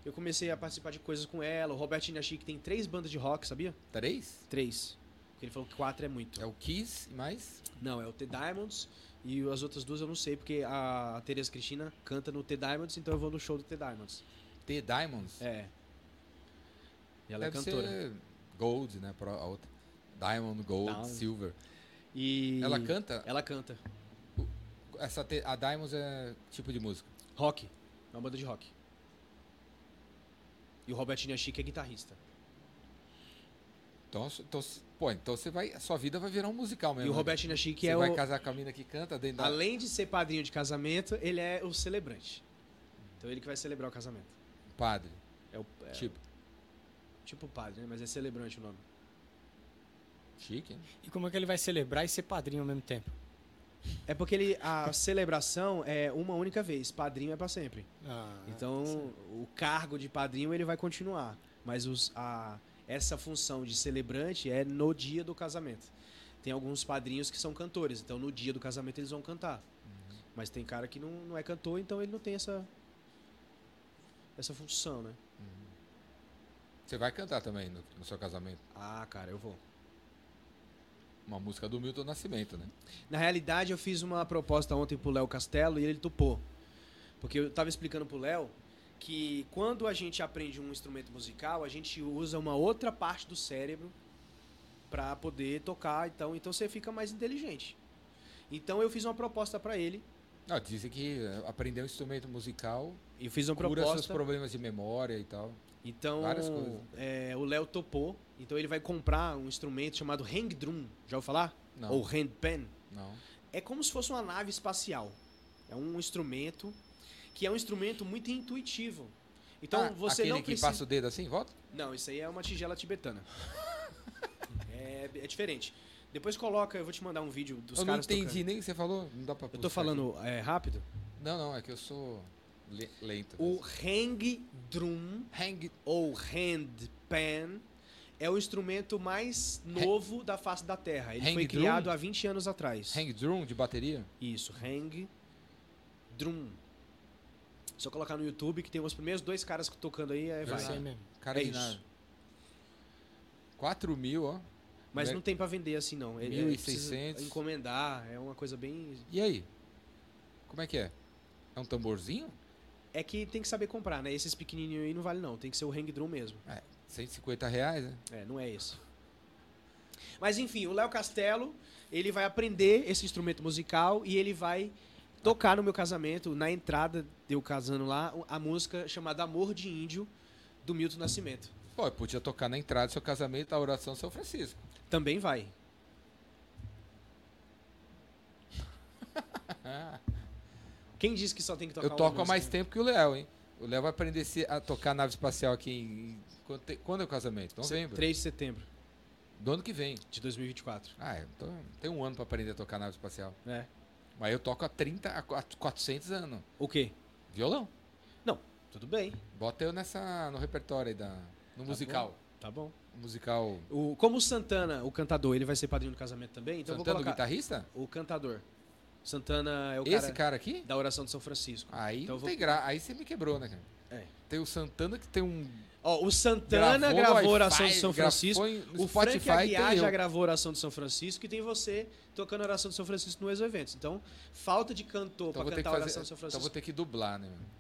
Eu comecei a participar de coisas com ela. O Roberto Inachi, que tem três bandas de rock, sabia? Três? Três. Porque ele falou que quatro é muito. É o Kiss e mais. Não, é o The Diamonds e as outras duas eu não sei, porque a Tereza Cristina canta no The Diamonds, então eu vou no show do The Diamonds. The Diamonds. É. E ela Deve é cantora. ser Gold, né? pro- A outra. Diamond, Gold, Diamond. Silver. E Ela canta. Ela canta. Essa te- A Diamond é tipo de música. Rock. É uma banda de rock. E o Robertinho Achique é guitarrista. Então, então, pô, então você vai. a Sua vida vai virar um musical mesmo. e o né? Robertinho Achique Você é vai o... casar com a mina que canta dentro da. Além de ser padrinho de casamento, ele é o celebrante. Então ele que vai celebrar o casamento. Padre. É o é Tipo. tipo padre, né? Mas é celebrante o nome. Chique, né? E como é que ele vai celebrar e ser padrinho ao mesmo tempo? É porque ele, a celebração é uma única vez, padrinho é pra sempre. Ah, então o cargo de padrinho ele vai continuar, mas os- a, essa função de celebrante é no dia do casamento. Tem alguns padrinhos que são cantores, então no dia do casamento eles vão cantar. Mas tem cara que não, não é cantor, então ele não tem essa essa função, né? Você vai cantar também no, no seu casamento. Ah, cara, eu vou. Uma música do Milton Nascimento, né? Na realidade, eu fiz uma proposta ontem pro Léo Castelo e ele topou. Porque eu tava explicando pro Léo que quando a gente aprende um instrumento musical, a gente usa uma outra parte do cérebro pra poder tocar, então, então você fica mais inteligente. Então eu fiz uma proposta pra ele Ah, dizem que eh, aprender um instrumento musical e fiz uma cura seus proposta. problemas de memória e tal. Então Várias coisas. é, o Léo topou, então ele vai comprar um instrumento chamado hang drum, já ouviu falar? Não, Ou hand pen. não. É como se fosse uma nave espacial. É um instrumento que é um instrumento muito intuitivo. Então Ah, você aquele não que precisa. passa o dedo assim, volta? Não, isso aí é uma tigela tibetana. é, é diferente. Depois coloca, eu vou te mandar um vídeo dos eu não caras entendi tocando. nem o que você falou. Não dá pra Eu tô buscar falando é, rápido. aqui. Não, não, é que eu sou le- lento. O hang drum hang. ou hand pan é o instrumento mais novo da face da Terra. Ele Hang foi drum? criado há 20 anos atrás. Hang drum de bateria? Isso, Hang Drum. Só colocar no YouTube que tem os primeiros dois caras tocando aí, aí vai. Vai Verdade. ser mesmo. Cara É de isso. nada. 4 mil, ó. Mas Né? não tem pra vender assim não. Ele 1.600. precisa encomendar, é uma coisa bem E aí? Como é que é? É um tamborzinho? é que tem que saber comprar, né? Esses pequenininhos aí não vale não, tem que ser o Hang Drum mesmo. 150 reais, né? É, não é esse. Mas enfim, o Léo Castelo, ele vai aprender esse instrumento musical e ele vai tocar no meu casamento, na entrada de eu casando lá, a música chamada Amor de Índio do Milton Nascimento. Pô, eu podia tocar na entrada do seu casamento a oração São Francisco. Também vai. Quem disse que só tem que tocar eu uma toco há música? mais tempo que o Léo, hein? O Léo vai aprender se- a tocar nave espacial aqui em. Quando, te- quando é o casamento? Se- Novembro. 3 de setembro Do ano que vem. de 2024. Ah, é, então tem um ano pra aprender a tocar nave espacial. É. Mas eu toco há 30, há quat- 400 anos. O quê? Violão. Tudo bem. Bota eu nessa, no repertório aí da. No musical. Tá bom. Musical. O, como o Santana, o cantador, ele vai ser padrinho do casamento também, então eu Santana, vou o colocar guitarrista? o cantador. Santana é o Esse cara cara aqui? da oração de São Francisco. Aí Então eu não vou- tem gra... Aí você me quebrou, né, cara? É. Tem o Santana que tem um. Ó, o Santana no gravou, Wi-Fi, a oração de São gravou Francisco. em- no O Frank Aguiar tem já eu. gravou a oração de São Francisco e tem você tocando a oração de São Francisco nos eventos. Então, falta de cantor Então vou pra ter que cantar a fazer- oração de São Então Francisco. vou ter que dublar, né? meu?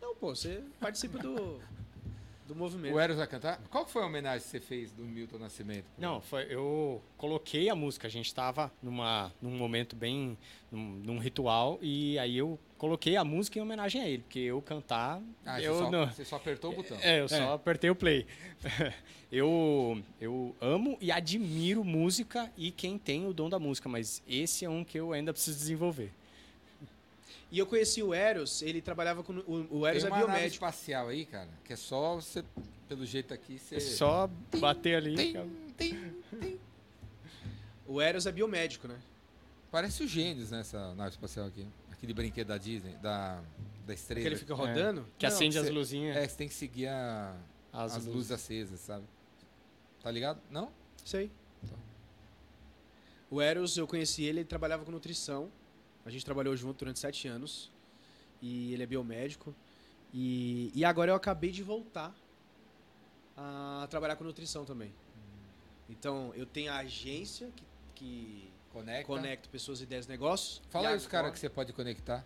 Não, pô, você participa do, do movimento. O Eros vai cantar? Qual foi a homenagem que você fez do Milton Nascimento? Não, foi, eu coloquei a música. A gente tava numa, num momento bem. Num, num ritual. E aí eu coloquei a música em homenagem a ele. Porque eu cantar. Ah, eu você, só, não- você só apertou o botão. É, eu só apertei o play. eu, eu amo e admiro música e quem tem o dom da música, mas esse é um que eu ainda preciso desenvolver. E eu conheci o Eros, ele trabalhava com. O, o Tem Eros é uma nave biomédico. espacial aí, cara, que é só você, pelo jeito aqui, você... É só bater ali. Tem, cara. tem, tem. O Eros é biomédico, né? Parece o Gênesis, né, essa nave espacial aqui. Aquele brinquedo da Disney, da, da Porque estrela. ele fica né? rodando. Que Não, acende as você- luzinhas. É, você tem que seguir a- as, as luzes. luzes. acesas, sabe? Tá ligado? Não? Sei. O Eros, eu conheci ele, ele trabalhava com nutrição. A gente trabalhou junto durante sete anos. E ele é biomédico. E, e agora eu acabei de voltar a trabalhar com nutrição também. Então, eu tenho a agência que, que Conecta. conecta pessoas, ideias, negócios. Fala E aí os caras agora- que você pode conectar.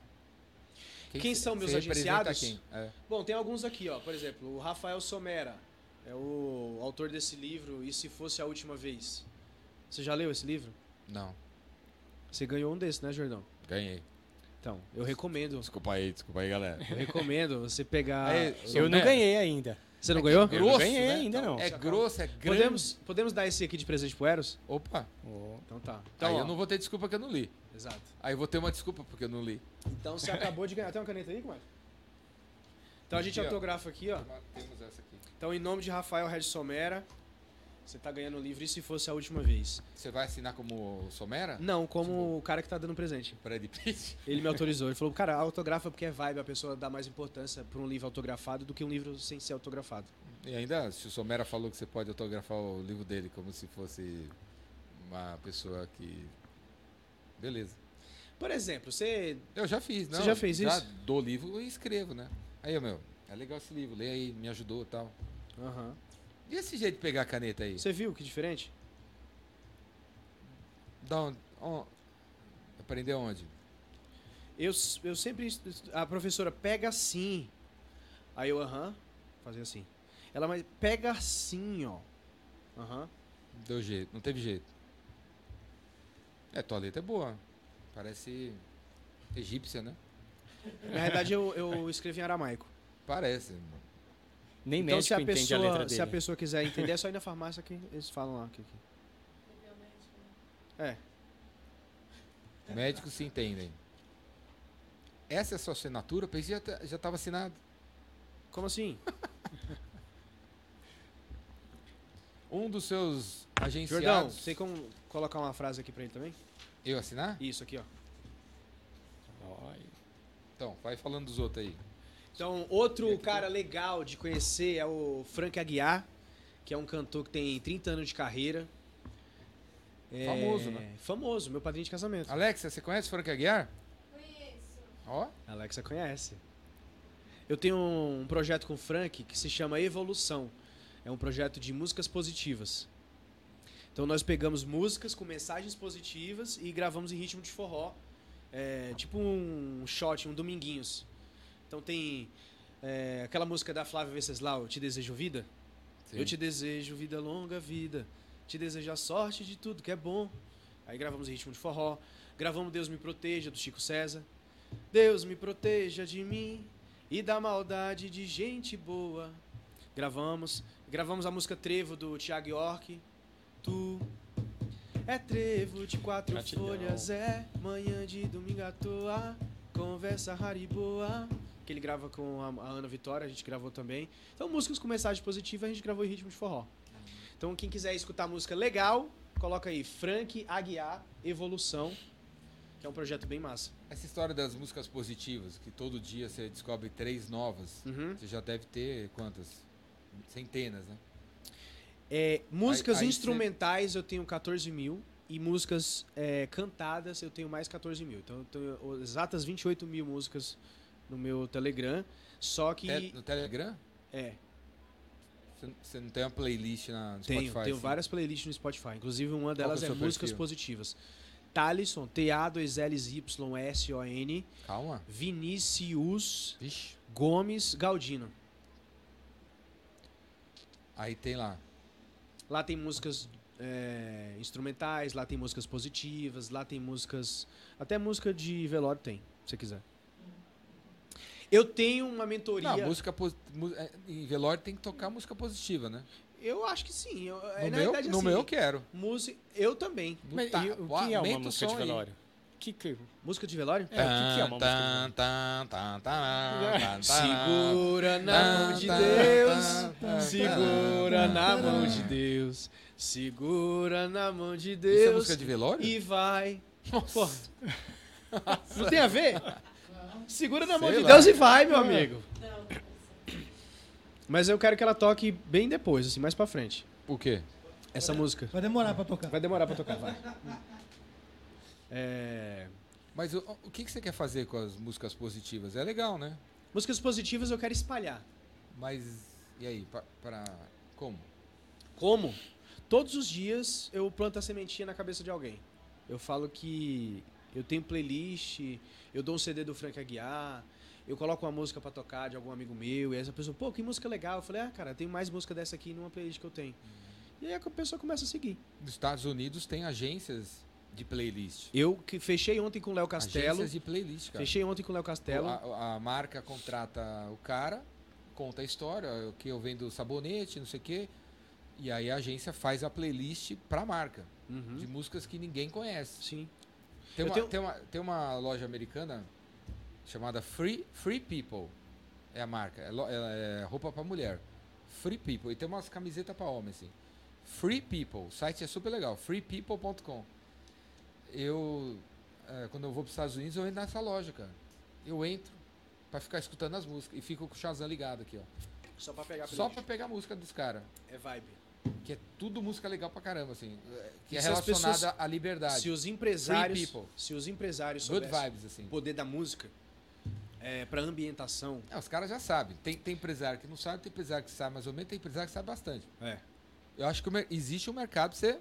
Quem você- são meus você representa agenciados? Quem? É. Bom, tem alguns aqui, ó. Por exemplo, o Rafael Somera. É o autor desse livro, E Se Fosse a Última Vez. Você já leu esse livro? Não, Você ganhou um desse, né, Jordão? ganhei. Então, eu recomendo. Desculpa aí, desculpa aí, galera. Eu recomendo você pegar. Aí, Eu não Sombra. ganhei ainda. Você não ganhou? Eu não ganhei ainda, não. É grosso, é grande. Podemos, podemos dar esse aqui de presente pro Eros? Opa, Então tá. Então, aí ó, eu não vou ter desculpa que eu não li. Exato. Aí eu vou ter uma desculpa porque eu não li. Então você acabou de ganhar. Tem uma caneta aí, Kumar? Então a gente Aqui, ó. autografa aqui, ó. Temos essa aqui. Então, em nome de Rafael Regis Somera, você tá ganhando o livro E Se Fosse a Última Vez. Você vai assinar como Somera? Não, como o cara que tá dando presente. Brad Pitt? Ele me autorizou. Ele falou, cara, autografa porque é vibe. A pessoa dá mais importância pra um livro autografado do que um livro sem ser autografado. E ainda, se o Somera falou que você pode autografar o livro dele como se fosse uma pessoa que. Beleza. Por exemplo, você... Eu já fiz, Você não. já fez já isso? dou livro e escrevo, né? Aí, ó, meu, é legal esse livro, lê aí, me ajudou e tal. Aham. E esse jeito de pegar a caneta aí? Você viu que diferente? Da onde? on- Aprendeu onde? Eu, s- eu sempre. est- A professora pega assim. Aí eu, aham. fazia assim. Ela, mas pega assim, ó. Aham. Deu jeito, não teve jeito. É, tua letra é boa. Parece egípcia, né? Na verdade, eu, eu escrevi em aramaico. Parece. mano. Nem então, se médico a, entende a pessoa, letra dele. se a pessoa quiser entender, é só ir na farmácia que eles falam lá. Que, que- É. Médicos se entendem. Essa é a sua assinatura? Pensei que já ta- já estava assinado. Como assim? Um dos seus agenciados. Jordão, sei como colocar uma frase aqui pra ele também? Eu assinar? Isso aqui, ó. Olha. Então, vai falando dos outros aí. Então, outro cara legal de conhecer é o Frank Aguiar, que é um cantor que tem 30 anos de carreira. É, Famoso, né? Famoso, meu padrinho de casamento. Alexa, você conhece Frank Aguiar? Conheço. Ó, Alexa conhece. Eu tenho um projeto com o Frank que se chama Evolução. É um projeto de músicas positivas. Então nós pegamos músicas com mensagens positivas e gravamos em ritmo de forró, é, tipo um shot, um dominguinhos. Então tem é, aquela música da Flávia Venceslau, Te Desejo Vida. Sim. Eu te desejo vida longa, vida. Te desejo a sorte de tudo que é bom. Aí gravamos em ritmo de forró. Gravamos Deus Me Proteja, do Chico César. Deus me proteja de mim e da maldade de gente boa. Gravamos. Gravamos a música Trevo, do Tiago York. Tu é trevo de quatro Gratidão. folhas, é manhã de domingo à toa. Conversa rara e boa. Que ele grava com a a Ana Vitória, a gente gravou também. Então, músicas com mensagem positiva, a gente gravou em ritmo de forró. Então, quem quiser escutar música legal, coloca aí Frank Aguiar Evolução, que é um projeto bem massa. essa história das músicas positivas, que todo dia você descobre três novas, Uhum. você já deve ter quantas? Centenas, né? É, músicas Aí- aí instrumentais eu tenho 14 mil e músicas é, cantadas eu tenho mais 14 mil. Então, eu tenho exatas 28 mil músicas no meu Telegram. Só que. Te- No Telegram? É, Você- Você não tem uma playlist na, no Tenho, Spotify? tenho assim? várias playlists no Spotify. Inclusive, uma delas que é é, o seu Músicas perfil? Positivas. Talisson, T-A-2-L-Y-S-O-N, Calma. Vinícius Vixe. Gomes Galdino. Aí tem lá. Lá tem músicas é, instrumentais, lá tem músicas positivas, lá tem músicas. Até música de velório tem, se você quiser. Eu tenho uma mentoria. Não, música posi- mu- é, em velório tem que tocar música positiva, né? Eu acho que sim. Eu, No, é, na meu, verdade, no assim, meu eu quero. música. Eu também. No Mas ta- e o ó, que é uma aumenta o música de som aí. velório? Que que... Música de velório? Tá, É, o que que é uma música Tan, de tan, tan, tan, tan, tan. Segura na Tá, mão de Deus, segura na mão de Deus, segura na mão de Isso é Deus música de velório? e vai. Pô, Nossa, não tem a ver? Segura na mão Sei de lá. Deus e vai, meu amigo. Mas eu quero que ela toque bem depois, assim, mais pra frente. o quê? Essa música. Vai demorar pra tocar. Vai demorar pra tocar, vai. É, Mas o, o que, que você quer fazer com as músicas positivas? É legal, né? Músicas positivas eu quero espalhar. Mas, e aí, pa- pra... como? Como? Todos os dias eu planto a sementinha na cabeça de alguém. Eu falo que eu tenho playlist, eu dou um CD do Frank Aguiar, eu coloco uma música pra tocar de algum amigo meu, e essa pessoa, pô, que música legal. Eu falei, ah, cara, tem mais música dessa aqui numa playlist que eu tenho. E aí a pessoa começa a seguir. Nos Estados Unidos tem agências de playlist. Eu que fechei ontem com o Léo Castelo. Agências de playlist, cara. Fechei ontem com o Léo Castelo. A, a marca contrata o cara, conta a história, o que eu vendo sabonete, não sei o quê. E aí a agência faz a playlist pra marca, Uhum. de músicas que ninguém conhece. Sim. Tem Eu uma, tenho- tem uma, tem uma loja americana chamada Free, Free People. É a marca. É, lo- é- é roupa pra mulher. Free People. E tem umas camisetas pra homem, assim. Free People. O site é super legal. Freepeople.com. Eu, é, quando eu vou pros Estados Unidos, eu entro nessa loja, cara. Eu entro pra ficar escutando as músicas. E fico com o Shazam ligado aqui, ó. Só pra pegar Só pra pegar a música dos caras. É vibe. Que é tudo música legal pra caramba, assim. É, Que E é se as pessoas- relacionada à liberdade. Se os empresários, Free people. se os empresários Good soubessem vibes, assim. o poder da música é, pra ambientação, É, os caras já sabem. Tem, tem empresário que não sabe, tem empresário que sabe mais ou menos, tem empresário que sabe bastante. É. Eu acho que o mer- existe um mercado pra você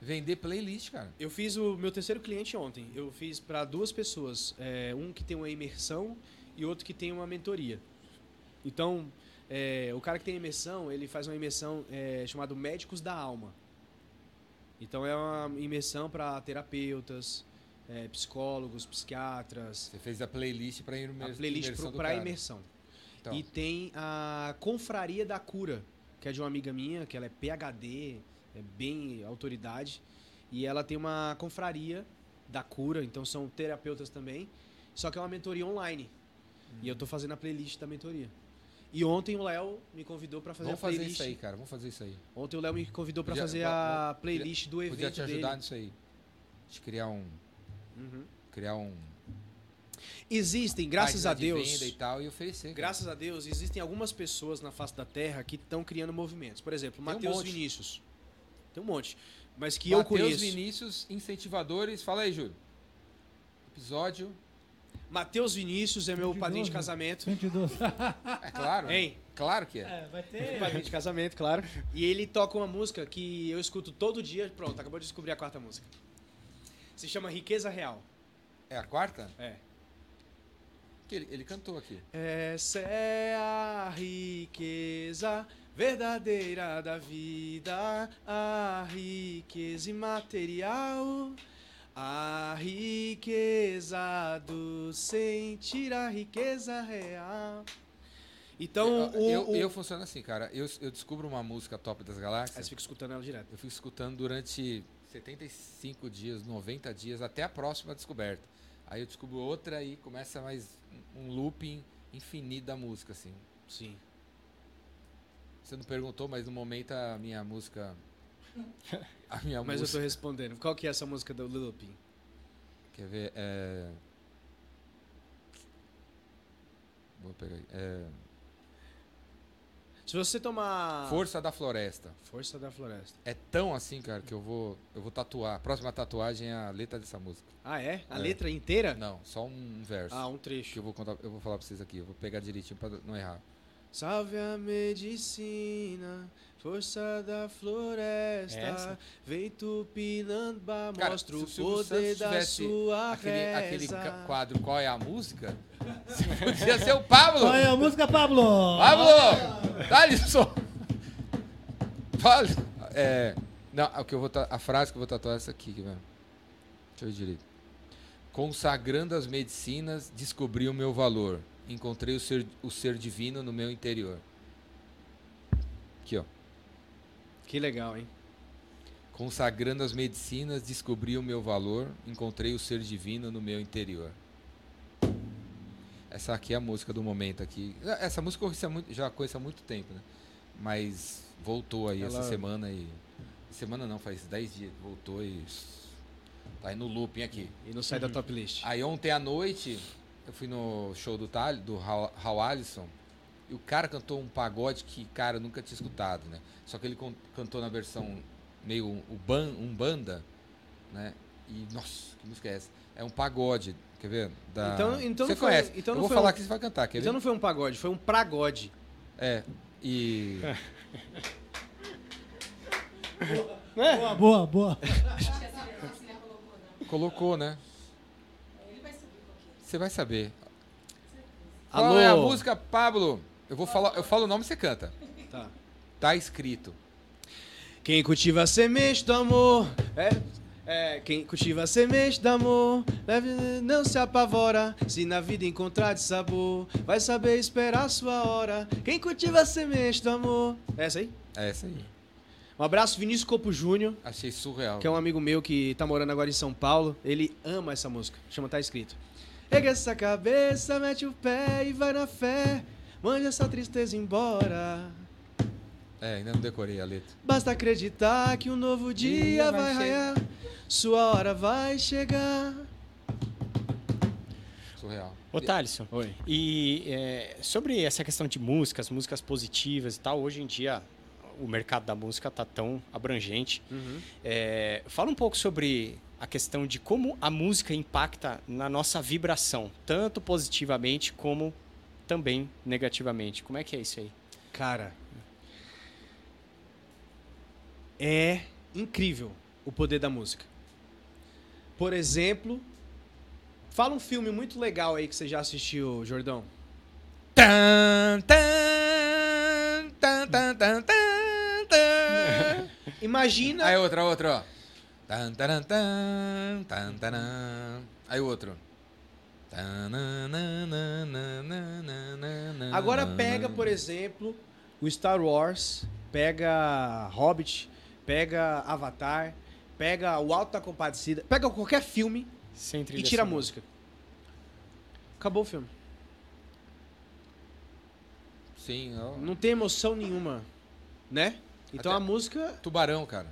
vender playlist, cara. Eu fiz o meu terceiro cliente ontem. Eu fiz para duas pessoas. É, um que tem uma imersão e outro que tem uma mentoria. Então, é, o cara que tem imersão, ele faz uma imersão é, chamada Médicos da Alma. Então, é uma imersão para terapeutas, é, psicólogos, psiquiatras. Você fez a playlist pra ir no A playlist para imersão. Então, E tem a Confraria da Cura, que é de uma amiga minha, que ela é PhD, é bem autoridade. E ela tem uma confraria da cura, então são terapeutas também. Só que é uma mentoria online. E eu tô fazendo a playlist da mentoria. E ontem o Léo me convidou pra fazer vamos a fazer playlist. isso aí, cara. Vamos fazer isso aí. Ontem o Léo me convidou pra Podia- fazer va- a playlist do evento Podia te ajudar dele. nisso aí. De criar um. Uhum. Criar um. Existem, graças página a de Deus, Venda e tal, e oferecer. cara. graças a Deus, existem algumas pessoas na face da Terra que estão criando movimentos. Por exemplo, Tem um Matheus monte. Vinícius. Tem um monte. Mas que eu Mateus conheço. Vinícius, incentivadores. Fala aí, Júlio. Episódio. Matheus Vinícius é meu Tem padrinho de novo? casamento. 112. É claro. né? Hein? Claro que é. É, vai ter. Padrinho de casamento, claro. E ele toca uma música que eu escuto todo dia. Pronto, acabou de descobrir a quarta música. Se chama Riqueza Real. É a quarta? É. Que ele, ele cantou aqui. Essa é a riqueza verdadeira da vida, a riqueza imaterial, a riqueza do sentir, a riqueza real. Então, eu, o, eu, o... eu funciono assim, cara. Eu, eu descubro uma música top Aí das você galáxias, fica escutando ela direto. eu fico escutando durante 75 dias, 90 dias, até a próxima descoberta. Aí eu descubro outra e começa mais um- um looping infinito da música, assim. Sim. Você não perguntou, mas no momento a minha música. A minha Mas É eu tô música. respondendo. Qual que é essa música do Lupin? Quer ver? É... Vou pegar aí. É... Se você tomar... Força da Floresta. Força da Floresta. É tão assim, cara, que eu vou, eu vou tatuar. A próxima tatuagem é a letra dessa música. Ah, é? A É. letra inteira? Não, só um verso. Ah, um que trecho. eu vou contar, eu vou falar pra vocês aqui, eu vou pegar direitinho pra não errar. Salve a medicina, força da floresta, Essa? vem Tupinambá, É Cara, mostra se o o Silvio poder Santos da tivesse sua Aquele, reza. aquele ca- quadro Qual é a música? Podia ser o Pablo! Qual é a música, Pablo? Pablo! Dá-lhe um som! Fala- É. Não, o que eu vou ta- a frase que eu vou tatuar é essa aqui, que vai. Deixa eu ver direito. Consagrando as medicinas, descobri o meu valor. Encontrei o ser, o ser divino no meu interior. Aqui, ó. Que legal, hein? Consagrando as medicinas, descobri o meu valor, encontrei o ser divino no meu interior. Essa aqui é a música do momento aqui. Essa música eu conheço há muito- já conheço há muito tempo, né? Mas voltou aí essa Ela- semana e. Semana não, faz 10 dias que voltou e. Tá aí no looping aqui. E não sai da top list. Aí ontem à noite, eu fui no show do Tal, do Hal Hal Allison, e o cara cantou um pagode que, cara, eu nunca tinha escutado, né? Só que ele con- cantou na versão meio um ban, umbanda, né? E, nossa, que música é essa? É um pagode, quer ver? Da... Então- então você não foi- conhece. então eu não vou foi falar um- que você vai cantar, quer Então ver? não foi um pagode, foi um pragode. É, e... Boa, boa, boa. Colocou, né? Você vai saber. Qual Alô? é a música, Pablo? Eu vou falar, eu falo o nome e você canta. Tá. Tá escrito. Quem cultiva a semente do amor. É, é, quem cultiva a semente do amor. leve- Não se apavora. Se na vida encontrar de sabor, vai saber esperar a sua hora. Quem cultiva a semente do amor. É essa aí? É essa aí. Um abraço, Vinícius Copo Júnior, Achei surreal. que é um amigo meu que tá morando agora em São Paulo. Ele ama essa música. Chama Tá Escrito. Pega essa cabeça, mete o pé e vai na fé. Mande essa tristeza embora. É, ainda não decorei a letra. Basta acreditar que um novo dia Dia vai vai raiar, sua hora vai chegar. Surreal. Ô, Thaleson, Oi. E é, sobre essa questão de músicas, músicas positivas e tal, hoje em dia o mercado da música tá tão abrangente. É, fala um pouco sobre a questão de como a música impacta na nossa vibração, tanto positivamente como também negativamente. Como é que é isso aí? Cara, é incrível o poder da música. Por exemplo, fala um filme muito legal aí que você já assistiu, Jordão. Tan, tan, tan, tan, tan, tan, tan. Imagina. Aí outra, outra, ó. Tan, taran, tan, tan, taran. Aí outro. Tan, na, na, na, na, na, na, na, na, Agora na, pega, na. por exemplo, o Star Wars, pega Hobbit, pega Avatar, pega o Alto da Compadecida, pega qualquer filme Sem trilha e tira a sonora. música. Acabou o filme. Sim, ó. Não tem emoção nenhuma, né? Então Até- a música. Tubarão, cara.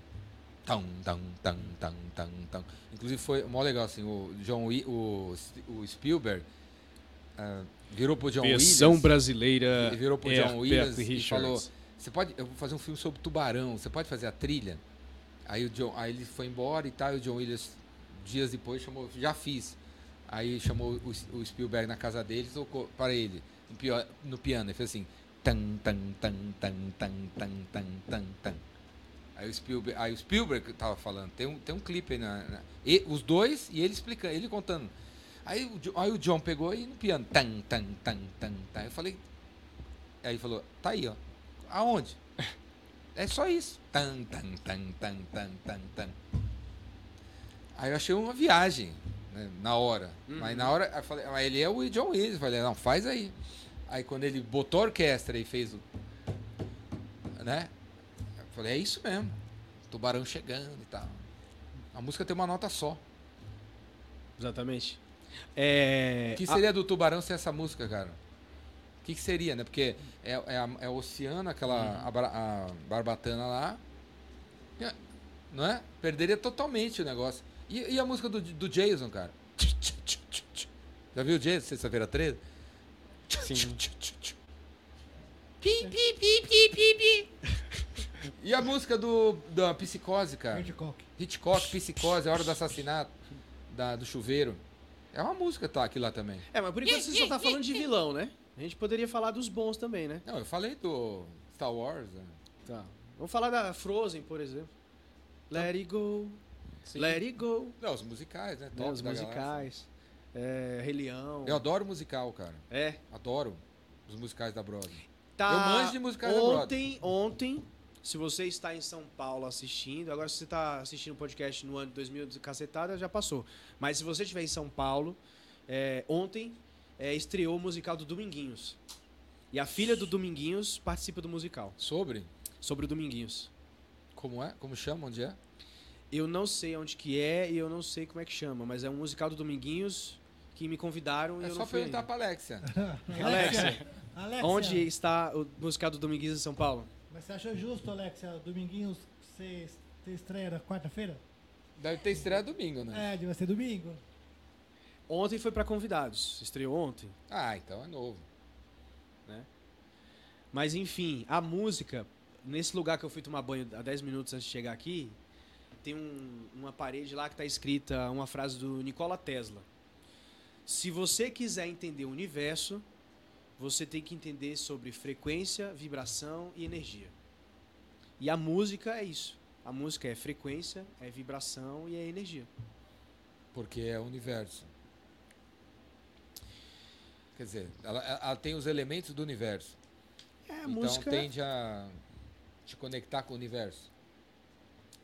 Tam, tam, tam, tam, tam, tam. Inclusive foi mó legal, assim, o John Wi- o, S- o Spielberg ah, virou pro John Williams. brasileira. Ele virou pro John Williams e falou: Você pode. Eu vou fazer um filme sobre tubarão, você pode fazer a trilha? Aí o John. Aí ele foi embora e tal, e o John Williams, dias depois, chamou, já fiz. Aí chamou o, S- o Spielberg na casa dele e tocou para ele no, pio- no piano. Ele fez assim. Tan, tan, tan, tan, tan, tan, tan, tan, tan. Aí o Spielberg, aí o Spielberg que tava falando, tem um, tem um clipe aí na, na- e- os dois e ele explicando, ele contando. Aí o, Jo- aí o John pegou e no piano, tan, tan, tan, tan, tan. Eu falei, aí ele falou, tá aí, ó. Aonde? É só isso. Tan, tan, tan, tan, tan, tan, tan. Aí eu achei uma viagem, né, na hora. Mas na hora, eu falei, mas ele é o John Williams. Eu falei, não, faz aí. Aí quando ele botou a orquestra e fez o. Né? Eu falei, é isso mesmo. Tubarão chegando e tal. A música tem uma nota só. Exatamente. É. O que seria do tubarão sem essa música, cara? O que, que seria, né? Porque é, é, a- é o oceano, aquela a bra- a barbatana lá. E a- Não é? Perderia totalmente o negócio. E, e a música do, do Jason, cara? Já viu o Jason, sexta-feira 13? Sim. Pi, pi, pi, pi, pi, pi. E a música do, da Psicose, cara? Hitchcock. Hitchcock, Psicose, A Hora do Assassinato, da, do chuveiro. É uma música, tá, aqui lá também. É, mas por enquanto você só tá falando de vilão, né? A gente poderia falar dos bons também, né? Não, eu falei do Star Wars. né? Tá. Vamos falar da Frozen, por exemplo. Let it go. Let it go. Não, os musicais, né? Né, Top os da galáxia. musicais. É, Rei Leão. Eu adoro musical, cara. É. Adoro os musicais da Broadway. Tá. Eu manjo de música da Ontem, ontem, se você está em São Paulo assistindo, agora se você está assistindo o podcast no ano de 2000 de cacetada, já passou. Mas se você estiver em São Paulo, é, ontem é, estreou o musical do Dominguinhos. E a filha do Dominguinhos participa do musical, Sobre? sobre o Dominguinhos. Como é? Como chama? Onde é? Eu não sei onde que é e eu não sei como é que chama, mas é um musical do Dominguinhos que me convidaram e é eu só não fui. perguntar ainda. pra Alexia. Alexia, Alexia. onde está o musical do Dominguinhos em São Paulo? Mas você achou justo, Alexia, Dominguinhos, você você estreia na quarta-feira? Deve ter estreia domingo, né? É, vai ser domingo. Ontem foi pra convidados, estreou ontem. Ah, então é novo. Mas enfim, a música, nesse lugar que eu fui tomar banho há 10 minutos antes de chegar aqui, tem um- uma parede lá que tá escrita uma frase do Nikola Tesla. Se você quiser entender o universo, você tem que entender sobre frequência, vibração e energia. E a música é isso. A música é frequência, é vibração e é energia. Porque é o universo. Quer dizer, ela, ela tem os elementos do universo. É, a então música. tende a te conectar com o universo.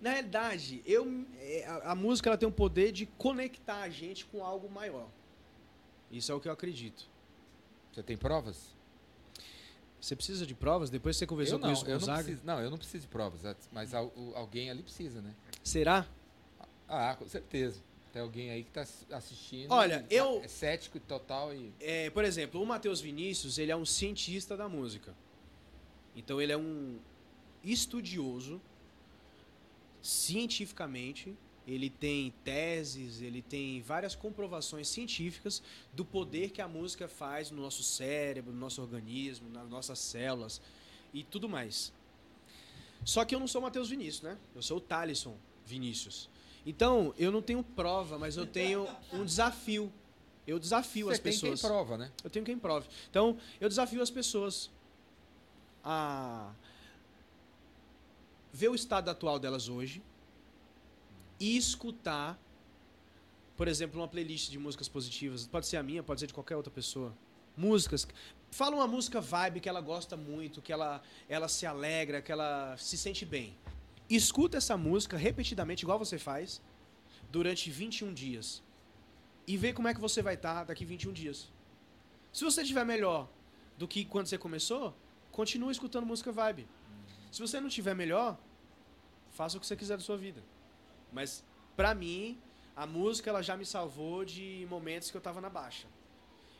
Na realidade, eu, é, a, a música ela tem o poder de conectar a gente com algo maior. Isso é o que eu acredito. Você tem provas? Você precisa de provas? Depois que você conversou eu não, com isso, eu não Gonzaga? preciso, não, eu não preciso de provas, mas al- o- alguém ali precisa, né? Será? Ah, com certeza. Tem alguém aí que tá ass- assistindo. Olha, e tá- eu- É cético e total e. É, por exemplo, o Matheus Vinícius, ele é um cientista da música. Então ele é um estudioso cientificamente, ele tem teses, ele tem várias comprovações científicas do poder que a música faz no nosso cérebro, no nosso organismo, nas nossas células e tudo mais. Só que eu não sou o Matheus Vinícius, né? Eu sou o Talisson Vinícius. Então, eu não tenho prova, mas eu tenho um desafio. Eu desafio Você as tem pessoas. quem prova, né? Eu tenho quem prove. Então, eu desafio as pessoas a ver o estado atual delas hoje e escutar, por exemplo, uma playlist de músicas positivas. Pode ser a minha, pode ser de qualquer outra pessoa. Músicas. Fala uma música vibe que ela gosta muito, que ela, ela se alegra, que ela se sente bem. Escuta essa música repetidamente, igual você faz, durante 21 dias. E vê como é que você vai estar daqui 21 dias. Se você estiver melhor do que quando você começou, continue escutando música vibe. Se você não estiver melhor, faça o que você quiser da sua vida. Mas pra mim, a música ela já me salvou de momentos que eu tava na baixa.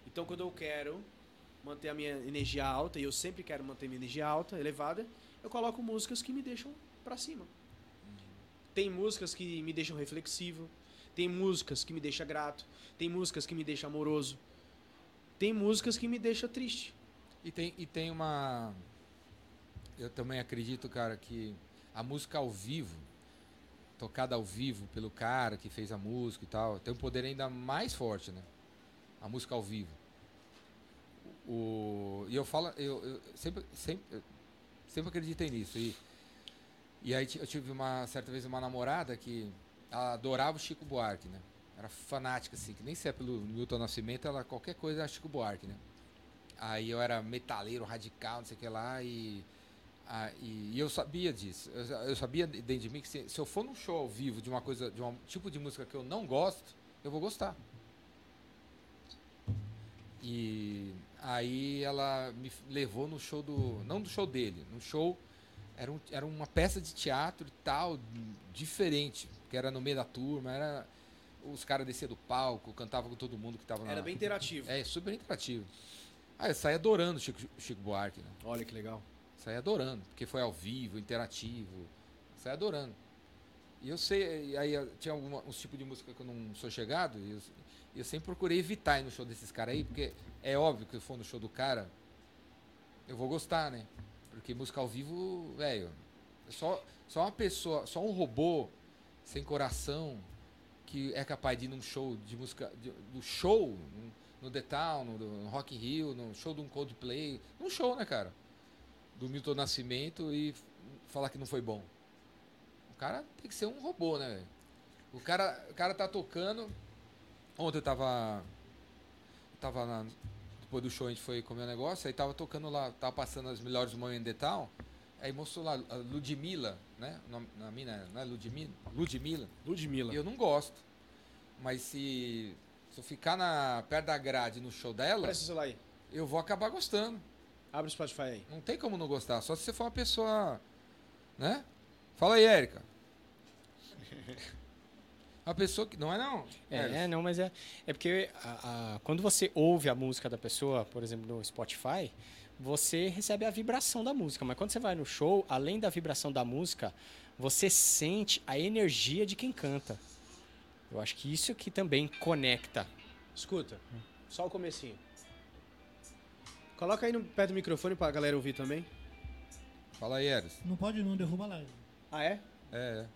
Então quando eu quero manter a minha energia alta, e eu sempre quero manter minha energia alta, elevada, eu coloco músicas que me deixam pra cima. Tem músicas que me deixam reflexivo, tem músicas que me deixam grato, tem músicas que me deixam amoroso tem músicas que me deixam triste. E tem, e tem uma. Eu também acredito, cara, que a música ao vivo, tocada ao vivo pelo cara que fez a música e tal, tem um poder ainda mais forte, né? A música ao vivo. O, e eu falo, eu, eu sempre, sempre, eu sempre acreditei nisso. E, e aí ti- eu tive uma certa vez uma namorada que ela adorava o Chico Buarque, né? Era fanática, assim, que nem se é pelo Milton Nascimento, ela qualquer coisa era Chico Buarque, né? Aí eu era metaleiro, radical, não sei o que lá, e, a- e, e eu sabia disso. Eu, sa- eu sabia de- dentro de mim que se, se eu for num show ao vivo de uma coisa, de um tipo de música que eu não gosto, eu vou gostar. E aí ela me f- levou no show do. Não do show dele, no show. Era, um, era uma peça de teatro e tal, d- diferente, que era no meio da turma, era. Os caras desciam do palco, cantavam com todo mundo que tava na Era bem interativo. é, super interativo. Ah, eu saí adorando o Chico, Chico Buarque, né? Olha que legal. Saí adorando, porque foi ao vivo, interativo. Saí adorando. E eu sei, e aí eu- tinha alguma, uns tipos de música que eu não sou chegado, e eu, e eu sempre procurei evitar ir no show desses caras aí, porque é óbvio que se eu for no show do cara, eu vou gostar, né? Porque música ao vivo, velho, é só, só uma pessoa, só um robô sem coração que é capaz de ir num show de música, de- do show, no- no The Town, no, no Rock in Rio, no show de um Coldplay, num show, né, cara? do Milton Nascimento e f- falar que não foi bom. O cara tem que ser um robô, né? velho? O cara, o cara tá tocando. Ontem eu tava. Tava na- Depois do show a gente foi comer um negócio, aí tava tocando lá, tava passando as melhores mãos em The Town. Aí mostrou lá a Ludmilla, né? O nome- Na mina, não é Ludmilla? Ludmilla. Ludmilla. E eu não gosto. Mas se, se eu ficar na, perto da grade no show dela, Presta o celular aí. eu vou acabar gostando. Abre o Spotify aí. Não tem como não gostar, só se você for uma pessoa. Né? Fala aí, Érica. Uma pessoa que. Não é não? Eros. É, é, não, mas é. É porque a- a- quando você ouve a música da pessoa, por exemplo, no Spotify, você recebe a vibração da música. Mas quando você vai no show, além da vibração da música, você sente a energia de quem canta. Eu acho que isso que também conecta. Escuta. Só o comecinho. Coloca aí no, perto do microfone pra galera ouvir também. Fala aí, Eros. Não pode não, derruba a live. Ah, é? É, é.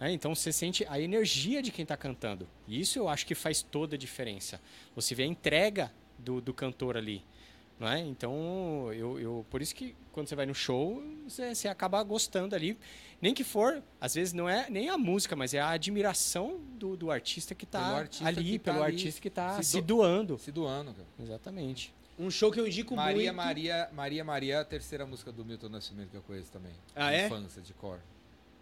né? então você sente a energia de quem está cantando. E isso eu acho que faz toda a diferença. Você vê a entrega do, do cantor ali. não é? Então, eu, eu- por isso que quando você vai no show, você, você acaba gostando ali. Nem que for, às vezes não é nem a música, mas é a admiração do, do artista que Pelo está artista ali, que tá pelo ali artista que está se se, do- doando. Se doando, cara. Exatamente. Um show que eu indico Maria, muito. Maria, Maria, Maria é a terceira música do Milton Nascimento que eu conheço também. Ah, De é? Infância, de cor.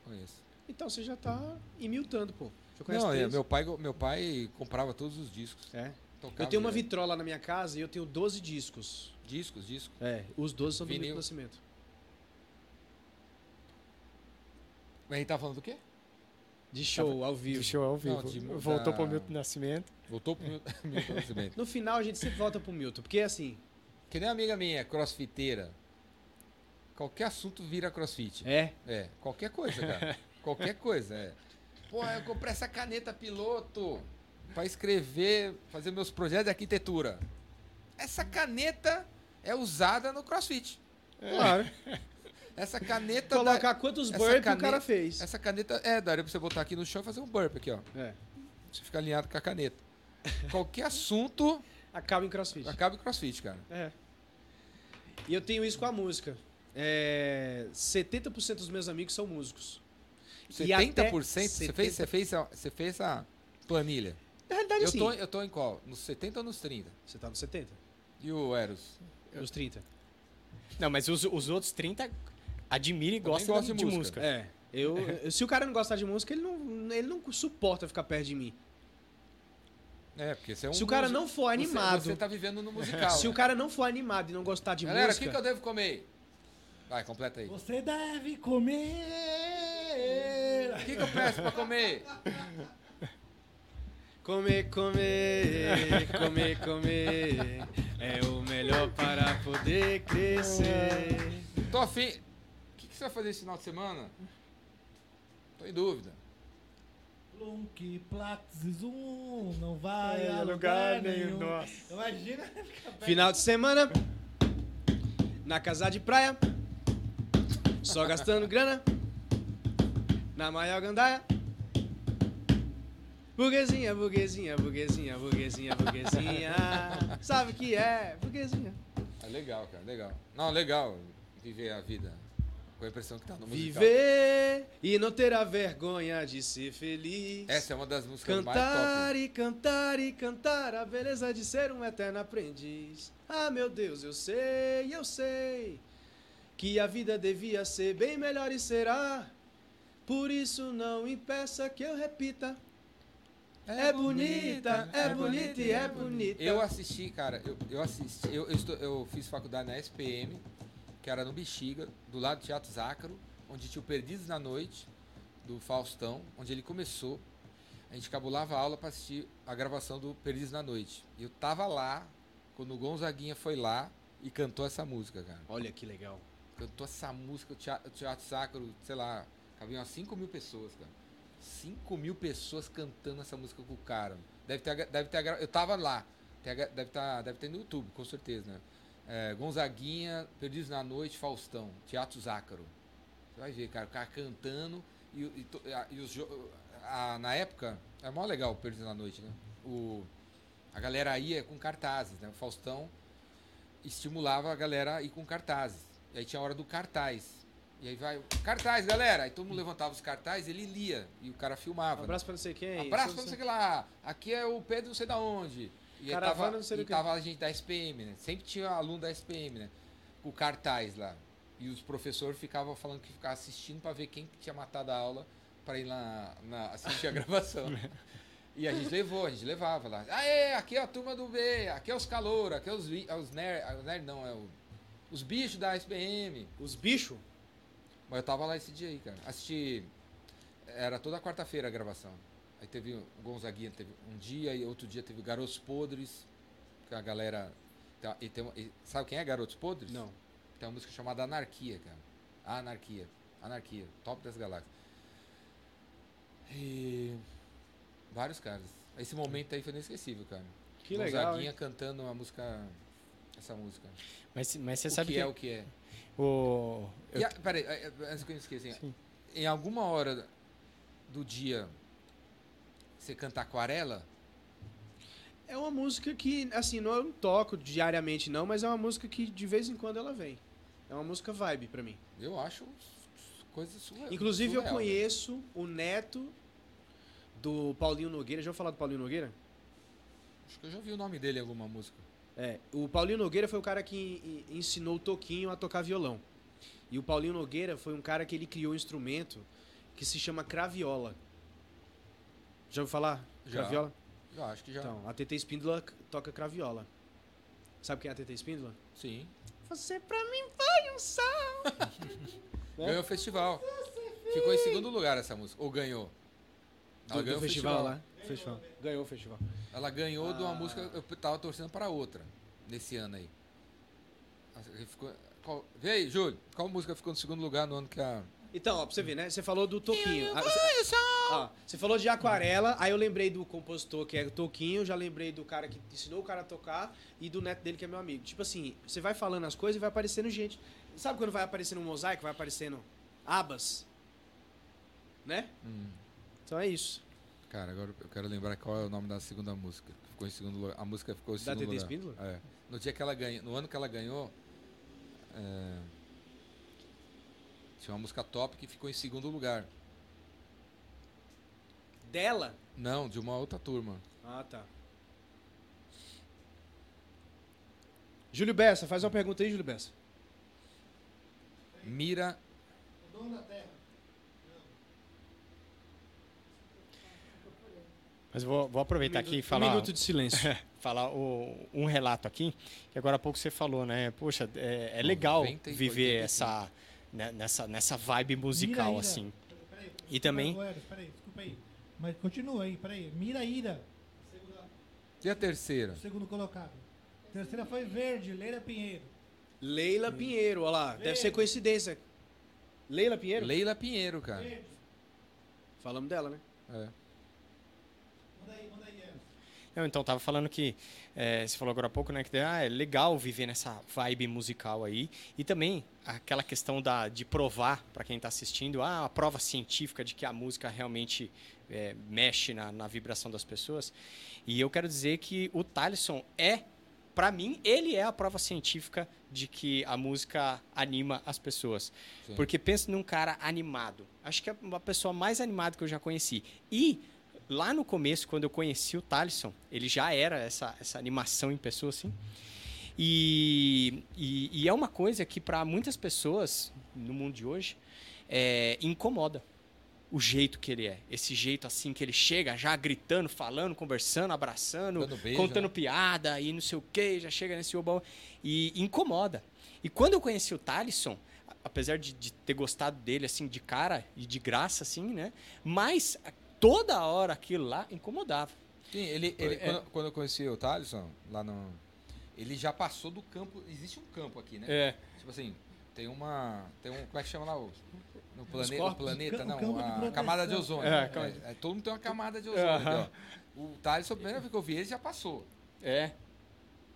Conheço. Então você já tá imiltando, pô. Já conhece Não, é, três. meu pai, meu pai comprava todos os discos. É. Tocava Eu tenho uma direto. vitrola na minha casa e eu tenho 12 discos. Discos, discos. É, os 12 são do Vinil. Milton Nascimento. Mas a gente tá falando do quê? Tá. De show, ao vivo. Do show ao Não, vivo. de mudar- Voltou para o Milton Nascimento. Voltou pro Mil- Milton Nascimento. No final a gente sempre volta pro Milton, porque assim. Que nem uma amiga minha, crossfiteira. Qualquer assunto vira crossfit. É. É, qualquer coisa, cara. qualquer coisa, é. Pô, eu comprei essa caneta piloto pra escrever, fazer meus projetos de arquitetura. Essa caneta é usada no CrossFit. É. Claro. Essa caneta da- Colocar quantos essa burpees o caneta- cara fez. essa caneta é daria pra você botar aqui no chão e fazer um burp aqui, ó. É. Você fica alinhado com a caneta. Qualquer assunto Acaba em crossfit. acaba em CrossFit, cara. É. E eu tenho isso com a música. É, 70% dos meus amigos são músicos. E até 70%, você fez, você fez, a- você fez a planilha. Na realidade, Eu sim. tô, eu tô em qual? Nos 70 ou nos 30? Você tá nos 70, E o Eros? nos 30. Não, mas os, os outros 30 admira e gosta gosto de, de de música. música. É. Eu, eu- se o cara não gostar de música, ele não, ele não suporta ficar perto de mim. É, porque você é um se o cara músico. não for animado, Você, você tá vivendo no musical. se o né? cara não for animado e não gostar de Galera, o que, música, que eu devo comer? Vai, completa aí. O Você deve comer. que, que eu peço pra comer? Comer, comer, comer, comer é o melhor para poder crescer. Tô afim. O que, que você vai fazer esse final de semana? Tô em dúvida. Plunk, plax, zoom, não vai É, a lugar lugar nenhum. nenhum, nossa. Imagina ficar perto. Final de semana na casa de praia, só gastando grana na maior gandaia. Burguesinha, burguesinha, burguesinha, burguesinha, burguesinha. Sabe o que é? Burguesinha. É legal, cara, legal. Não, legal viver a vida com a impressão que tá no musical. Viver e não ter a vergonha de ser feliz. então. Essa é uma das músicas mais Cantar e cantar e cantar a beleza de ser um eterno aprendiz. Ah, meu Deus, eu sei, eu sei que a vida devia ser bem melhor e será. Por isso não impeça que eu repita. top. É bonita, é bonita e é bonita. Eu assisti, cara, eu, eu assisti, eu, eu estou- eu fiz faculdade na SPM, que era no Bexiga, do lado do Teatro Zácaro, onde tinha o Perdidos na Noite, do Faustão, onde ele começou. A gente cabulava a aula para assistir a gravação do Perdidos na Noite. E eu tava lá, quando o Gonzaguinha foi lá e cantou essa música, cara. Olha que legal. Cantou essa música, o Teatro, o teatro Sacro, sei lá, cabiam 5 mil pessoas, cara. 5 mil pessoas cantando essa música com o cara. Deve ter, deve ter, eu tava lá. Tem a- Deve, tá, deve ter no YouTube, com certeza, né? É, Gonzaguinha, Perdidos na Noite, Faustão, Teatro Zácaro. Você vai ver, cara, o cara cantando e, e to- a- e os jo- a- na época, é mó legal o Perdidos na Noite, né? O, a galera ia com cartazes, né? O Faustão estimulava a galera a ir com cartazes. E aí tinha a hora do cartaz. E aí vai, cartaz, galera! Aí todo mundo levantava os cartazes, ele lia e o cara filmava. né? Um Abraço pra não sei quem. Abraço pra não sei o que lá. Aqui é o Pedro não sei da onde. E aí Caravana tava, não sei do e que. tava a gente da SPM, né? Sempre tinha aluno da SPM, né? Com o cartaz lá. E os professores ficavam falando que ficava assistindo pra ver quem que tinha matado a aula pra ir lá na, assistir a gravação. e a gente levou, a gente levava lá. Aê, aqui é a turma do B, aqui é os calor, aqui é os, vi- é os nerd, os nerd não, é o, os bichos da SPM. Os bichos? Mas eu tava lá esse dia aí, cara. Assisti. Era toda quarta-feira a gravação. Aí teve o Gonzaguinha, teve um dia, e outro dia teve o Garotos Podres, que a galera. tá- E tem, uma- e- sabe quem é Garotos Podres? Não. Tem uma música chamada Anarquia, cara. A Anarquia. Anarquia. Top das galáxias. E. Vários caras. Esse momento aí foi inesquecível, cara. Que legal. Gonzaguinha cantando uma música. Essa música. Mas, mas você o sabe que, que, é o que é. o- eu- E a- peraí, a- a- antes que eu esqueça, hein? em alguma hora do dia você canta aquarela, hein? É uma música que, assim, não, eu não toco diariamente não, mas é uma música que de vez em quando ela vem. É uma música vibe pra mim. Eu acho coisa surreal. Inclusive eu surreal, né? conheço o neto do Paulinho Nogueira. Já vou falar do Paulinho Nogueira? Acho que eu já vi o nome dele em alguma música. É, o Paulinho Nogueira foi o cara que en- en- ensinou o Toquinho a tocar violão. E o Paulinho Nogueira foi um cara que ele criou um instrumento que se chama craviola. Já ouviu falar? Já. Craviola? Eu acho que já. Então, a TT Espíndola c- toca craviola. Sabe quem é a TT Espíndola? Sim. Você é pra mim foi um sal. É? Ganhou o festival. Ficou em segundo lugar essa música. Ou ganhou. Ela ganhou o festival. Festival. Ganhou o festival. Ela ganhou de uma Ah. música. Eu tava torcendo para outra nesse ano aí. Nossa, ele Ficou... Qual... Vê aí, Júlio. Qual música ficou no segundo lugar no ano que a. Então, ó, pra você ver, né? Você falou do Toquinho. Ah, cê- ó, Você falou de aquarela, aí eu lembrei do compositor que é o Toquinho, já lembrei do cara que ensinou o cara a tocar e do neto dele que é meu amigo. Tipo assim, você vai falando as coisas e vai aparecendo gente. Sabe quando vai aparecendo um mosaico, vai aparecendo abas? Né? Hum, Então é isso. cara, agora eu quero lembrar qual é o nome da segunda música. que Ficou em segundo lugar. A música ficou em Da segundo TT lugar. Espíndola? É. No dia que ela ganhou. No ano que ela ganhou. é, Tinha uma música top que ficou em segundo lugar. Dela? Não, de uma outra turma. Ah, tá. Júlio Bessa, faz uma pergunta aí, Júlio Bessa. Mira. O dono da terra. Mas vou, vou aproveitar aqui e falar. Um minuto de silêncio. falar o- um relato aqui, que agora há pouco você falou, né? Poxa, é, é legal 90 e viver 85. essa, né, nessa, nessa vibe musical, Miraíra. assim. Peraí, E também- Agora, peraí, desculpa aí. Mas continua aí, peraí. Miraíra, E a terceira? segundo colocado. Terceira foi Verde, Leira Pinheiro. Leila Pinheiro, olha lá. Deve ser coincidência. Leila Pinheiro? Leila Pinheiro, cara. Verde, Falamos dela, né? É. manda aí, manda aí. Emerson. Não, então, tava falando que, é, você falou agora há pouco, né? Que ah, é legal viver nessa vibe musical aí. E também aquela questão da, de provar para quem está assistindo, ah, a prova científica de que a música realmente é, mexe na, na vibração das pessoas. E eu quero dizer que o Talisson é, para mim, ele é a prova científica de que a música anima as pessoas. Sim. Porque pensa num cara animado. Acho que é uma pessoa mais animada que eu já conheci. E lá no começo, quando eu conheci o Talisson, ele já era essa, essa animação em pessoa, assim. E, e, e é uma coisa que para muitas pessoas no mundo de hoje é, incomoda o jeito que ele é. Esse jeito assim que ele chega já gritando, falando, conversando, abraçando, Dando beijo, contando né? piada e não sei o que, já chega nesse obão e incomoda. E quando eu conheci o Talisson, a- apesar de, de ter gostado dele assim de cara e de graça assim, né? Mas a- toda hora aquilo lá incomodava. Sim, ele, ele- É. quando, quando eu conheci o Thaleson, lá no. Ele já passou do campo. Existe um campo aqui, né? É. Tipo assim, tem uma. Tem um. Como é que chama lá o. No plane, o corpos? planeta, O não, campo de a proteção. camada de ozônio. É, calma É, é, todo mundo tem uma camada de ozônio. aqui, ó. O Thaleson, a primeira vez que eu vi ele, já passou. É.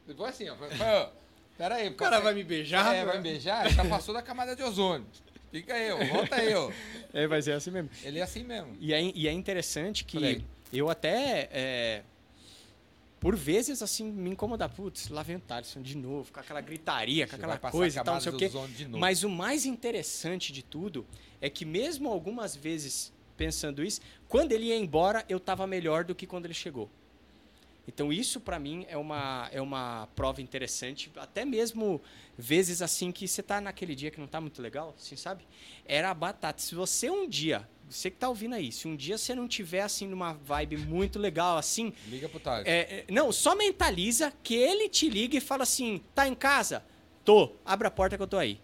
Depois assim, ó. foi- foi, ó, Pera aí, O cara vai me beijar? né? É, vai me beijar? Já passou da camada de ozônio. Fica aí, ó. Volta aí, ó. É, mas é assim mesmo. Ele é assim mesmo. E é, e é interessante que Falei. eu até, é, por vezes, assim, me incomodar. Putz, lá vem o Talisson de novo, com aquela gritaria, com Vai aquela passar a coisa e tal, não camada sei o de quê. ozônio de novo. Mas o mais interessante de tudo é que, mesmo algumas vezes pensando isso, quando ele ia embora, eu estava melhor do que quando ele chegou. Então, isso para mim é uma, é uma prova interessante, até mesmo vezes assim que você tá naquele dia que não tá muito legal, assim, sabe? Era a batata. Se você um dia, você que tá ouvindo aí, se um dia você não tiver assim numa vibe muito legal assim, Liga pro Thaleson. é, é, não, só mentaliza que ele te liga e fala assim: tá em casa? Tô, abre a porta que eu tô aí.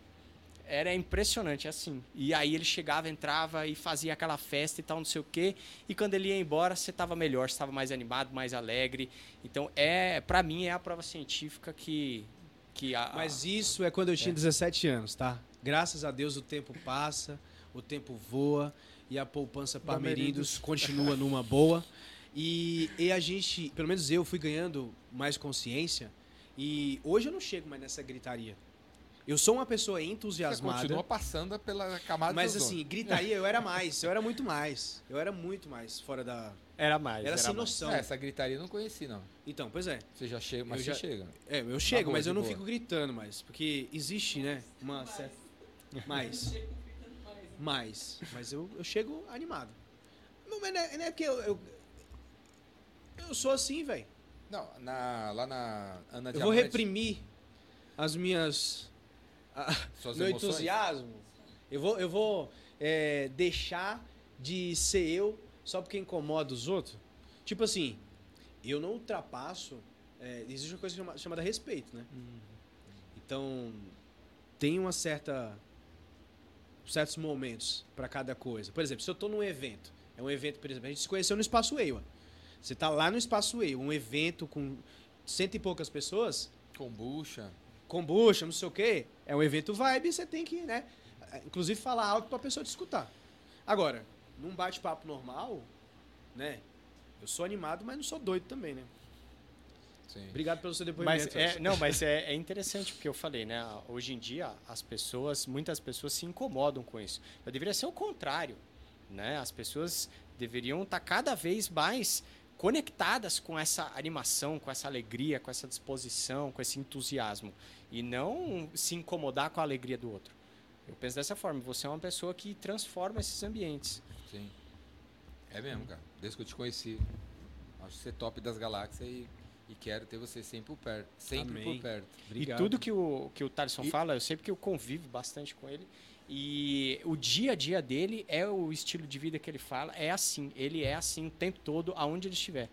Era impressionante, assim. E aí ele chegava, entrava e fazia aquela festa e tal, não sei o quê. E quando ele ia embora, você tava melhor, você tava mais animado, mais alegre. Então, é para mim, é a prova científica que. que a, Mas isso é quando eu tinha 17 anos, tá? Graças a Deus o tempo passa, o tempo voa e a poupança Palmeirindos continua numa boa. E, e a gente, pelo menos eu, fui ganhando mais consciência e hoje eu não chego mais nessa gritaria. Eu sou uma pessoa Você continua entusiasmada. passando pela camada né? Mas de ozônio. assim, gritaria, eu era mais, eu era muito mais. Eu era muito mais fora da. Era mais. Era sem mais. noção. É, essa gritaria eu não conheci, não. Então, pois é. Você já chega, mas Eu você já- chega. É, eu chego, boa, mas eu de não boa. fico gritando mais. Porque existe, né? Uma certa. Mais. Mais. Mas eu, eu chego animado. Não, mas não é, não é porque eu. Eu, eu sou assim, velho. Não, na- lá na Ana Eu vou Diamante, reprimir as minhas. a- suas meu emoções. entusiasmo. Eu vou, eu vou é, deixar de ser eu só porque incomoda os outros. Tipo assim, eu não ultrapasso. é, existe uma coisa chama- chamada respeito, né? Uhum. Então, tem uma certa. certos momentos para cada coisa. Por exemplo, se eu tô num evento, é um evento, por exemplo, a gente se conheceu no Espaço Eiwa. Você tá lá no Espaço Eiwa, um evento com cento e poucas pessoas, Kombucha. kombucha, não sei o quê, é um evento vibe, você tem que, né? Inclusive falar alto pra pessoa te escutar. Agora, num bate-papo normal, né? Eu sou animado, mas não sou doido também, né? Sim. Obrigado pelo seu depoimento. Mas é, Anderson. não, mas é, é interessante porque eu falei, né? Hoje em dia as pessoas, muitas pessoas se incomodam com isso. Mas deveria ser o contrário, né? As pessoas deveriam estar cada vez mais conectadas com essa animação, com essa alegria, com essa disposição, com esse entusiasmo e não se incomodar com a alegria do outro. Eu penso dessa forma. Você é uma pessoa que transforma esses ambientes. Sim. É mesmo, cara. Desde que eu te conheci. Acho que você é top das galáxias e, e quero ter você sempre por perto. Sempre Amém. por perto. Obrigado. E tudo que o, que o Tarson E- fala, eu sei porque eu convivo bastante com ele. E o dia a dia dele é o estilo de vida que ele fala, é assim. Ele é assim o tempo todo, aonde ele estiver.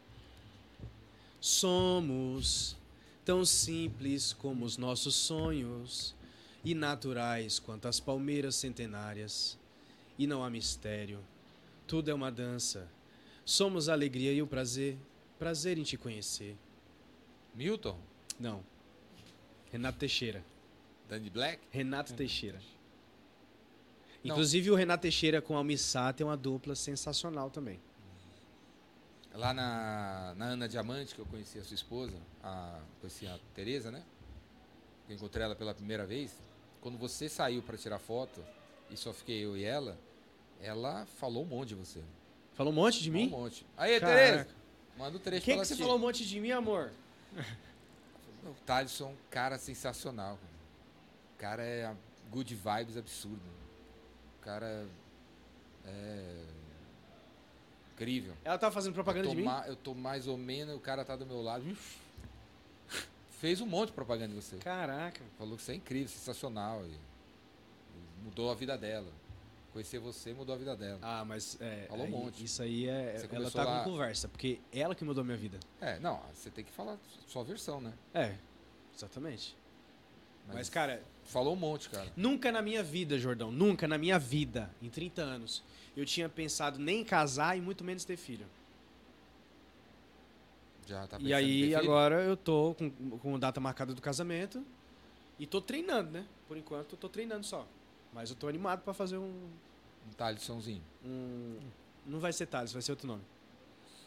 Somos tão simples como os nossos sonhos e naturais quanto as palmeiras centenárias. E não há mistério, tudo é uma dança. Somos a alegria e o prazer, prazer em te conhecer. Milton, Não. Renato Teixeira. Danny Black. Renato Teixeira. Não. Inclusive o Renato Teixeira com a Almissata é uma dupla sensacional também. Lá na, na Ana Diamante, que eu conheci a sua esposa, a, conheci a Tereza, né? Eu encontrei ela pela primeira vez. Quando você saiu pra tirar foto, e só fiquei eu e ela, ela falou um monte de você. Falou um monte de Falou mim? Um monte. assim. Aí, Caraca. Tereza! Manda o trecho pra Quem ela que você assistir. falou um monte de mim, amor? O Thaleson é um cara sensacional. cara. O cara é a- good vibes absurdo. O cara é incrível. Ela tava fazendo propaganda eu, de tô mim? ma- eu tô mais ou menos, o cara tá do meu lado. Uf. Fez um monte de propaganda de você. Caraca. Falou que você é incrível, sensacional. e- e mudou a vida dela. Conhecer você mudou a vida dela. Ah, mas é, Falou um aí- monte. isso aí é. Você ela começou tá lá- com conversa, porque ela que mudou minha vida. É, não, você tem que falar sua versão, né? É, exatamente. Mas, cara, falou um monte, cara. nunca na minha vida, Jordão, nunca na minha vida, em 30 anos, eu tinha pensado nem em casar e muito menos ter filho. Já tá pensando E em ter aí filho? agora eu tô com, com a data marcada do casamento e tô treinando, né? Por enquanto eu tô treinando só. Mas eu tô animado pra fazer um. Um Thalisonzinho. um- Não vai ser Thales, vai ser outro nome.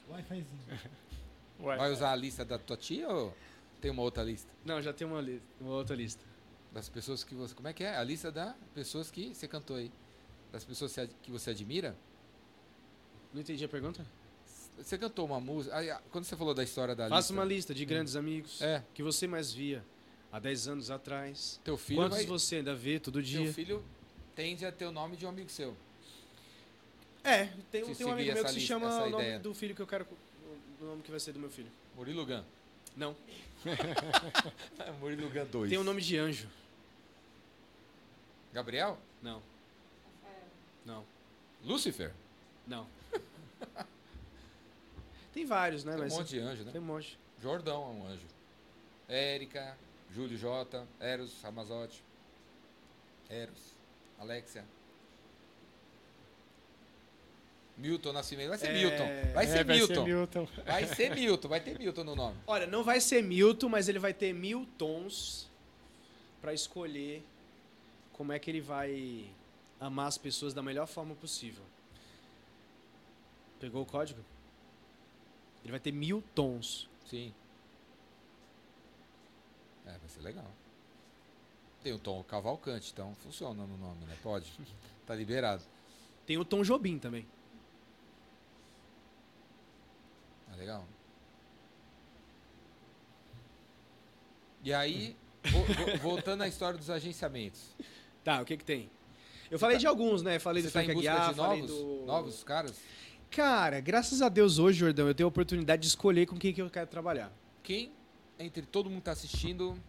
Wi-Fizinho. é. Vai usar a lista da tua tia ou tem uma outra lista? Não, já tem uma, li- uma outra lista. Das pessoas que você. Como é que é? A lista das pessoas que você cantou aí. Das pessoas que ad- que você admira. Não entendi a pergunta? Você cantou uma música. aí, ah, Quando você falou da história da Faça uma lista lista. de grandes amigos É. que você mais via há 10 anos atrás. Teu filho. Quantos vai- você ainda vê todo Teu dia? filho tende a ter o nome de um amigo seu. É, tem, um- tem Se um seguir amigo meu essa que se lista, chama essa o nome ideia. do filho que eu quero. O nome que vai ser do meu filho. Murilo Gun. Não. É, Murilo Gun 2. Tem o um nome de anjo. Gabriel? Não. Não. Lúcifer? Não. Tem vários, né? Tem um Mas monte de anjo, né? Tem um monte. Jordão é um anjo. Érica, Júlio J, Eros, Ramazotti. Eros, Alexia. Milton Nascimento. Vai ser É, Milton. Vai ser, É, vai Milton. ser Milton. Vai ser Milton. Vai ter Milton no nome. Olha, não vai ser Milton, mas ele vai ter mil tons pra escolher como é que ele vai amar as pessoas da melhor forma possível. Pegou o código? Ele vai ter mil tons. Sim. É, vai ser legal. Tem o Tom Cavalcante, então funciona no nome, né? Pode. Tá liberado. Tem o Tom Jobim também. Tá legal? E Hum. aí, vo- vo- voltando à história dos agenciamentos. Tá, o que que tem? Eu falei de alguns, né? Falei tá do Você tá em Frank busca Aguiar, de falei novos, do... novos caras? Cara, graças a Deus hoje, Jordão, eu tenho a oportunidade de escolher com quem que eu quero trabalhar. Quem, entre todo mundo que tá assistindo,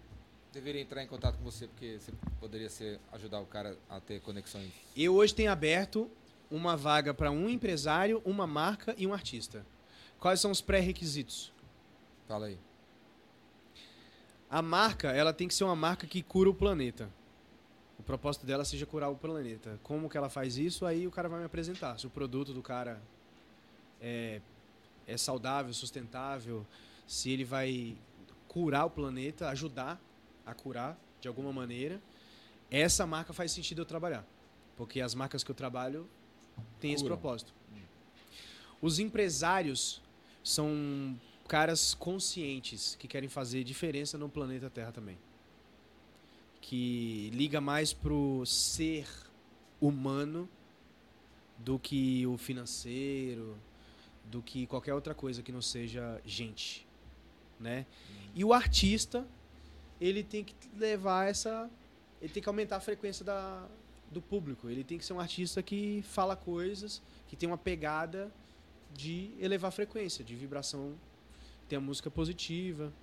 deveria entrar em contato com você, porque você poderia ser, ajudar o cara a ter conexões. Eu hoje tenho aberto uma vaga para um empresário, uma marca e um artista. Quais são os pré-requisitos? Fala aí. A marca, ela tem que ser uma marca que cura o planeta. O propósito dela seja curar o planeta. Como que ela faz isso? Aí o cara vai me apresentar. Se o produto do cara é, é saudável, sustentável, se ele vai curar o planeta, ajudar a curar de alguma maneira, essa marca faz sentido eu trabalhar. Porque as marcas que eu trabalho têm esse Curam. propósito. Os empresários são caras conscientes que querem fazer diferença no planeta Terra também. Que liga mais pro ser humano do que o financeiro, do que qualquer outra coisa que não seja gente, né? E o artista, ele tem que levar essa, ele tem que aumentar a frequência da, do público. Ele tem que ser um artista que fala coisas, que tem uma pegada de elevar a frequência, de vibração, tem a música positiva.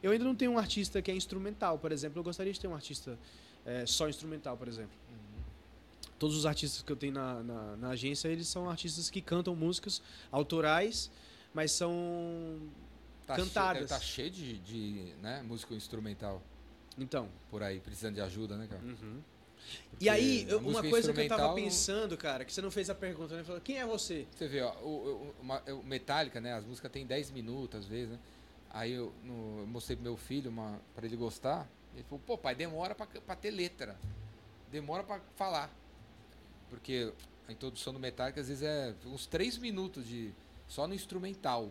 Eu ainda não tenho um artista que é instrumental, por exemplo. Eu gostaria de ter um artista eh, só instrumental, por exemplo. Todos os artistas que eu tenho na, na, na agência, eles são artistas que cantam músicas autorais, mas são... Tá che- Cantadas. tá cheio de, de né, músico instrumental Então, por aí, precisando de ajuda, né, cara? E Porque aí, a eu- uma música coisa que eu tava instrumental- pensando, cara, que você não fez a pergunta, né? Falou, quem é você? Você vê, ó, o, o- uma- o Metallica, né? As músicas tem 10 minutos, às vezes, né? Aí eu, no- eu mostrei pro meu filho uma, pra ele gostar. Ele falou, pô, pai, demora pra, pra ter letra. Demora pra falar. Porque a introdução do Metallica, às vezes, é uns 3 minutos de, só no instrumental.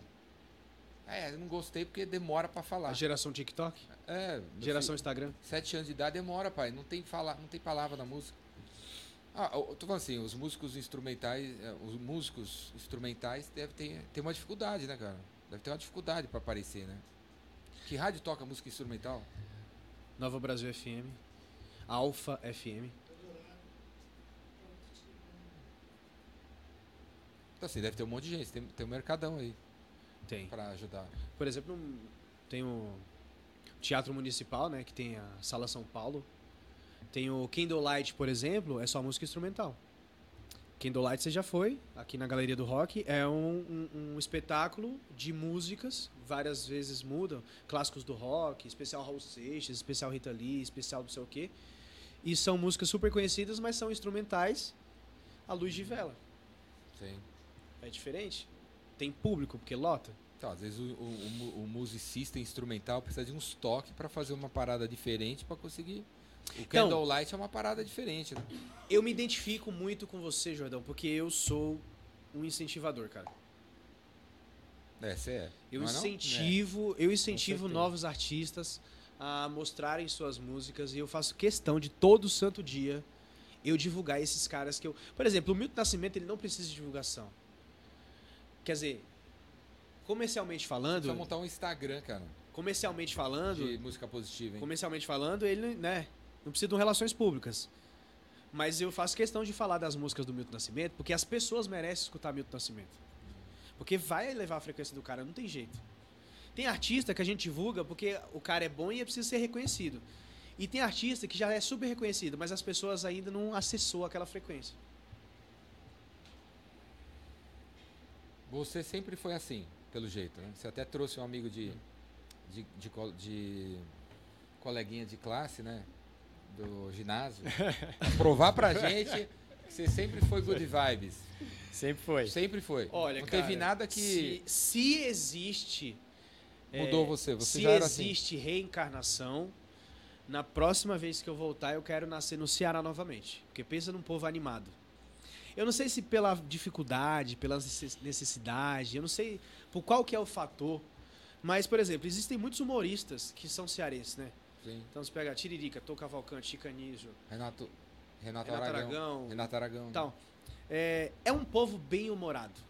É, eu não gostei porque demora pra falar. A geração TikTok? É, meu Geração Instagram? Sete anos de idade demora, pai. Não tem, fala, não tem palavra na música. Ah, eu tô falando assim, os músicos instrumentais, eh, os músicos instrumentais devem ter, ter uma dificuldade, né, cara? Deve ter uma dificuldade pra aparecer, né? Que rádio toca música instrumental? Nova Brasil FM? Alfa FM? Então assim, deve ter um monte de gente, tem, tem um mercadão aí Tem. pra ajudar. Por exemplo, um- tem o Teatro Municipal, né? Que tem a Sala São Paulo. Tem o Candlelight, por exemplo, é só música instrumental. Candlelight você já foi, aqui na Galeria do Rock. É um, um- um espetáculo de músicas, várias vezes mudam. Clássicos do rock, especial Raul Seixas, especial Rita Lee, especial não sei o quê. E são músicas super conhecidas, mas são instrumentais à luz de vela. Tem. É diferente. Tem público, porque lota. Então, às vezes o, o- o mu- o musicista instrumental precisa de uns toques pra fazer uma parada diferente pra conseguir. O Então- Candlelight é uma parada diferente, né? Eu me identifico muito com você, Jordão, porque eu sou um incentivador, cara. É, você é. Eu Não é não? incentivo, eu incentivo certeza. novos artistas a mostrarem suas músicas e eu faço questão de todo santo dia eu divulgar esses caras que eu, por exemplo, o Milton Nascimento ele não precisa de divulgação. Quer dizer, comercialmente Precisa falando, montar um Instagram, cara. comercialmente falando, de música positiva, hein? comercialmente falando, ele, né, não precisa de um relações públicas. Mas eu faço questão de falar das músicas do Milton Nascimento, porque as pessoas merecem escutar Milton Nascimento. Porque vai elevar a frequência do cara, não tem jeito. Tem artista que a gente divulga porque o cara é bom e precisa ser reconhecido. E tem artista que já é super reconhecido, mas as pessoas ainda não acessou aquela frequência. Você sempre foi assim, pelo jeito, né? Você até trouxe um amigo de, de, de, co- de coleguinha de classe, né? Do ginásio. pra provar pra gente que você sempre foi good vibes. Sempre foi. Sempre foi. Olha, Não cara, teve nada que se, se existe mudou você. Você Se já era assim. existe reencarnação, na próxima vez que eu voltar, eu quero nascer no Ceará novamente. Porque pensa num povo animado. Eu não sei se pela dificuldade, pela necess- necessidade, eu não sei por qual que é o fator. Mas, por exemplo, existem muitos humoristas que são cearenses, né? Sim. Então você pega Tiririca, Tô Cavalcante, Chicanizo, Renato, Renato Renato, Aragão. Aragão. Renato Aragão. Então, é, é um povo bem humorado.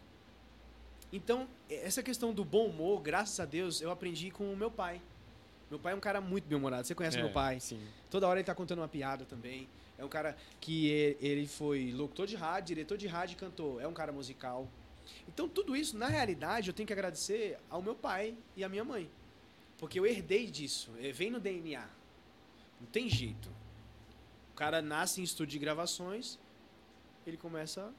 Então, essa questão do bom humor, graças a Deus, eu aprendi com o meu pai. Meu pai é um cara muito bem humorado. Você conhece É, meu pai? Sim. Toda hora ele tá contando uma piada também. É um cara que e- ele foi locutor de rádio, diretor de rádio e cantor. É um cara musical. Então, tudo isso, na realidade, eu tenho que agradecer ao meu pai e à minha mãe. Porque eu herdei disso. Eh, Vem no DNA. Não tem jeito. O cara nasce em estúdio de gravações, ele começa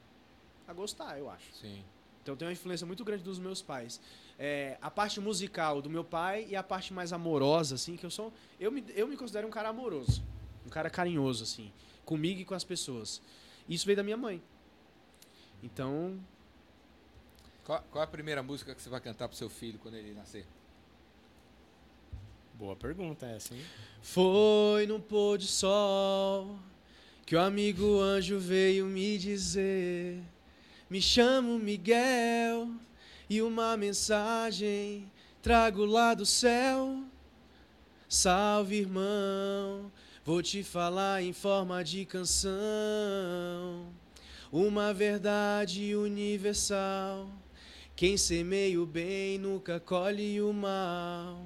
a gostar, eu acho. Sim. Então tem uma influência muito grande dos meus pais. É, a parte musical do meu pai e a parte mais amorosa, assim, que eu sou. Eu me, eu me considero um cara amoroso. Um cara carinhoso, assim. Comigo e com as pessoas. Isso veio da minha mãe. Então, Qual, qual é a primeira música que você vai cantar pro seu filho quando ele nascer? Boa pergunta essa, hein? Foi no pôr do sol que o amigo anjo veio me dizer: Me chamo Miguel e uma mensagem trago lá do céu. Salve, irmão, vou te falar em forma de canção. Uma verdade universal. Quem semeia o bem nunca colhe o mal.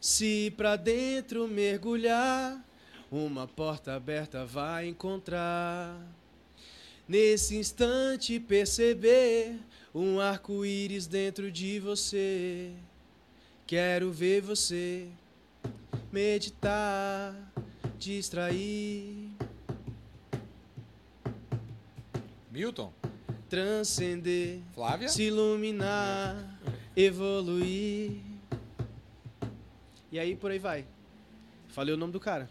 Se pra dentro mergulhar, uma porta aberta vai encontrar. Nesse instante perceber um arco-íris dentro de você. Quero ver você meditar, distrair, Milton? transcender, Flávia? se iluminar, evoluir. E aí por aí vai. Falei o nome do cara.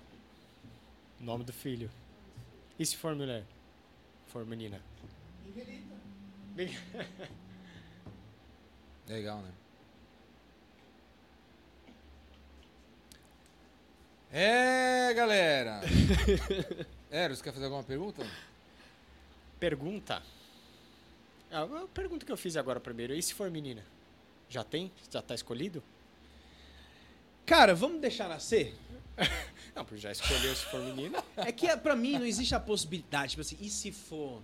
Nome do filho. E se for mulher? For menina? Legal, né? É, galera! Eros, quer fazer alguma pergunta? Pergunta. Ah, A pergunta que eu fiz agora primeiro. E se for menina? Já tem? Já tá escolhido? Cara, vamos deixar nascer? Não, porque já escolheu se for menina. É que é, pra mim não existe a possibilidade, tipo assim, e se for?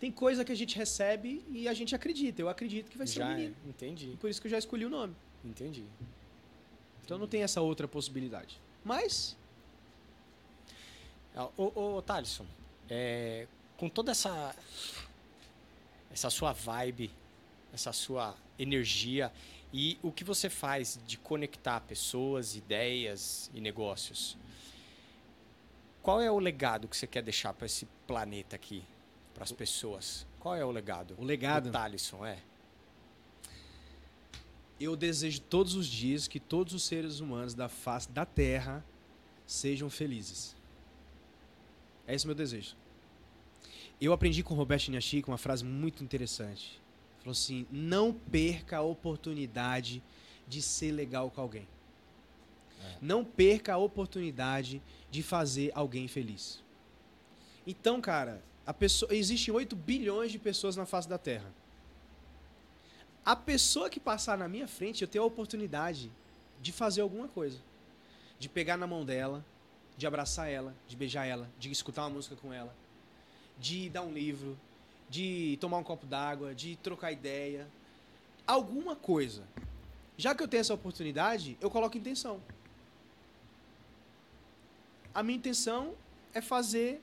Tem coisa que a gente recebe e a gente acredita. Eu acredito que vai ser já um é. menino. Entendi, Por isso que eu já escolhi o nome. entendi. Então não tem essa outra possibilidade. Mas, Ah, Ô, ô Thaleson, é, com toda essa, essa sua vibe, essa sua energia e o que você faz de conectar pessoas, ideias e negócios, qual é o legado que você quer deixar para esse planeta aqui, para as pessoas? Qual é o legado? O legado? do Thaleson, é. eu desejo todos os dias que todos os seres humanos da face da Terra sejam felizes. É esse o meu desejo. Eu aprendi com o Roberto Inhachica uma frase muito interessante. Ele Falou assim: não perca a oportunidade de ser legal com alguém. É. Não perca a oportunidade de fazer alguém feliz. Então, cara, a pessoa, existem 8 bilhões de pessoas na face da Terra. A pessoa que passar na minha frente, eu tenho a oportunidade de fazer alguma coisa. De pegar na mão dela, de abraçar ela, de beijar ela, de escutar uma música com ela, de dar um livro, de tomar um copo d'água, de trocar ideia. Alguma coisa. Já que eu tenho essa oportunidade, eu coloco intenção. A minha intenção é fazer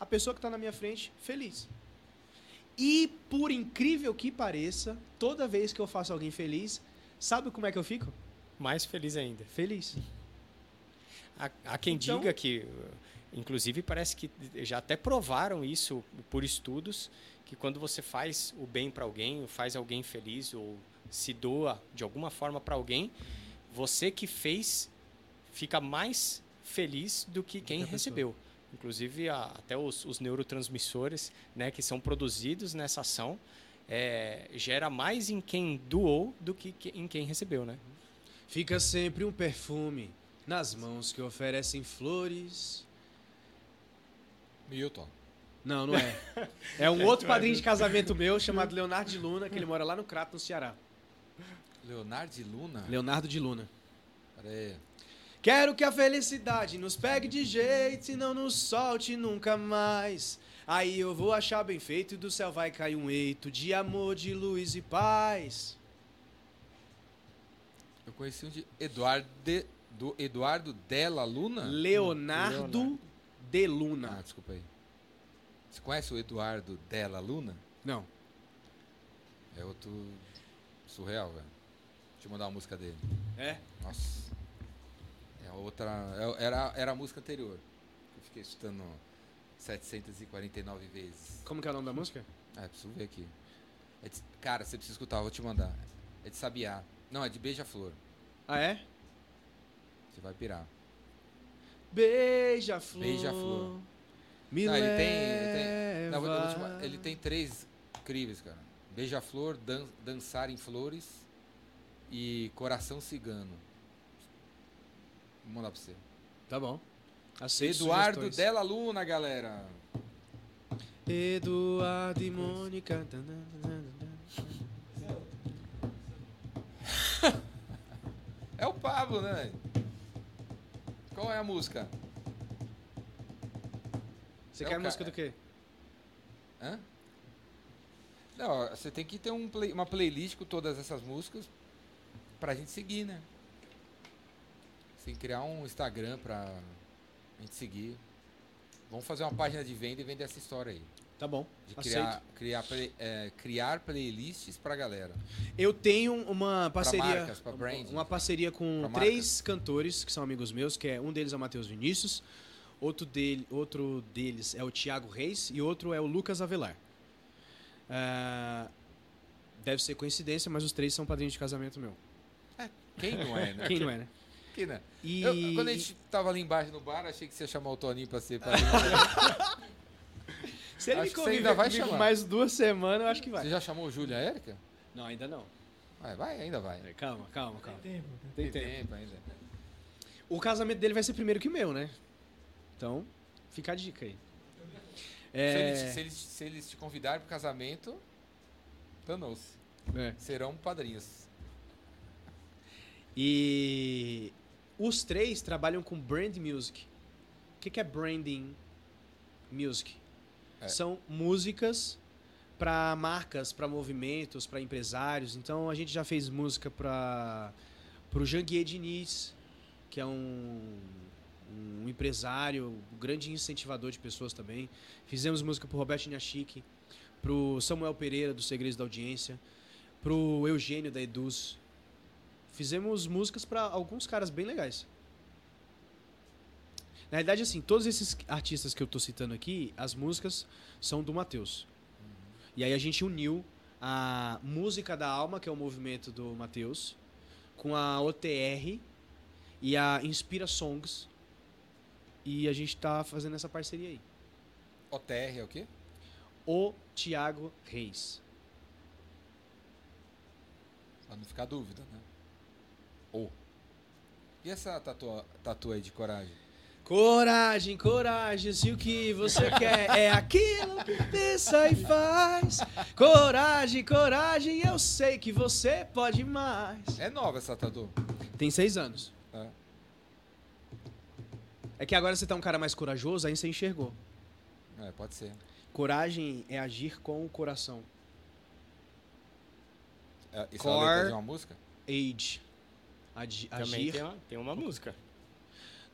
a pessoa que está na minha frente feliz. E por incrível que pareça, toda vez que eu faço alguém feliz, sabe como é que eu fico? Mais feliz ainda. Feliz. Há, há quem Então- diga que, uh, inclusive, parece que já até provaram isso por estudos, que quando você faz o bem para alguém, ou faz alguém feliz, ou se doa de alguma forma para alguém, você que fez fica mais feliz do que quem que a pessoa. recebeu. Inclusive, a- até os, os neurotransmissores né, que são produzidos nessa ação é, gera mais em quem doou do que que- em quem recebeu, né? Fica sempre um perfume nas mãos que oferecem flores. Milton. Não, não é. É um outro padrinho de casamento meu chamado Leonardo de Luna, que ele mora lá no Crato, no Ceará. Leonardo e Luna? Leonardo de Luna. Pera aí. Quero que a felicidade nos pegue de jeito e não nos solte nunca mais. Aí eu vou achar bem feito e do céu vai cair um eito de amor, de luz e paz. Eu conheci um de Eduardo, de- do Eduardo Della Luna? Leonardo, Leonardo. de Luna. Ah, desculpa aí. Você conhece o Eduardo Della Luna? Não. É outro surreal, velho. Deixa eu mandar uma música dele. É? Nossa. É outra. é- Era, era a música anterior. Eu fiquei escutando 749 vezes. Como que é o nome da música? Ah, preciso ver aqui. É de- cara, você precisa escutar, eu vou te mandar. É de Sabiá. Não, é de Beija-Flor. Ah, é? Você vai pirar. Beija-flor. Beija-flor. Me Não, ele tem- leva. ele Na última- ele tem três incríveis, cara. Beija-flor, Dan- Dançar em Flores e Coração Cigano. Vou mandar pra você. Tá bom. Aceito Eduardo sugestões. Della Luna, galera. Eduardo e Mônica. tananana. É o Pablo, né? velho? Qual é a música? Você É o quer ca- música do quê? Hã? Não, você tem que ter um play- uma playlist com todas essas músicas pra gente seguir, né? Sem criar um Instagram pra gente seguir. Vamos fazer uma página de venda e vender essa história aí. Tá bom. De criar, Aceito. criar, play- eh, criar playlists pra galera. Eu tenho uma parceria, marcas, pra branding, uma parceria com pra três cantores que são amigos meus, que é um deles é o Matheus Vinícius, outro dele, outro deles é o Thiago Reis e outro é o Lucas Avelar. Ah, deve ser coincidência, mas os três são padrinhos de casamento meu. Quem não é, né? Quem não é, né? Quem não é? E Eu- quando a gente tava ali embaixo no bar, achei que você ia chamar o Toninho pra Ah, ser pra se ele acho me que você conviver ainda vai comigo chamar. mais duas semanas, eu acho que vai. Você já chamou o Júlio e a Érica? Não, ainda não. Vai, vai, ainda vai. Calma, calma, calma. Tempo. Tem tempo. tempo ainda. O casamento dele vai ser primeiro que o meu, né? Então, fica a dica aí. Se, É, eles, se eles- se eles te convidarem pro casamento, danou-se. é. Serão padrinhos. E os três trabalham com brand music. O que, que é branding music? É. São músicas para marcas, para movimentos, para empresários. Então a gente já fez música para o Janguier Diniz, que é um, um empresário, um grande incentivador de pessoas também. Fizemos música pro Roberto Inhachique, pro Samuel Pereira, do Segredos da Audiência, pro Eugênio da Eduz. Fizemos músicas para alguns caras bem legais. Na realidade, assim, todos esses artistas que eu tô citando aqui, as músicas são do Matheus. E aí a gente uniu a Música da Alma, que é o movimento do Matheus, com a OTR e a Inspira Songs. E a gente tá fazendo essa parceria aí. OTR é o quê? O Thiago Reis. Pra não ficar dúvida, né? Ou. E essa tatua, tatu aí de coragem? Coragem, coragem, se o que você quer é aquilo que pensa e faz. Coragem, coragem, eu sei que você pode mais. É nova essa tatu. Tem seis anos. É. É que agora você tá um cara mais corajoso, aí você enxergou. É, pode ser. Coragem é agir com o coração. É, isso é a Cor- letra de uma música? Age. Agi- Também agir. tem uma, tem uma música.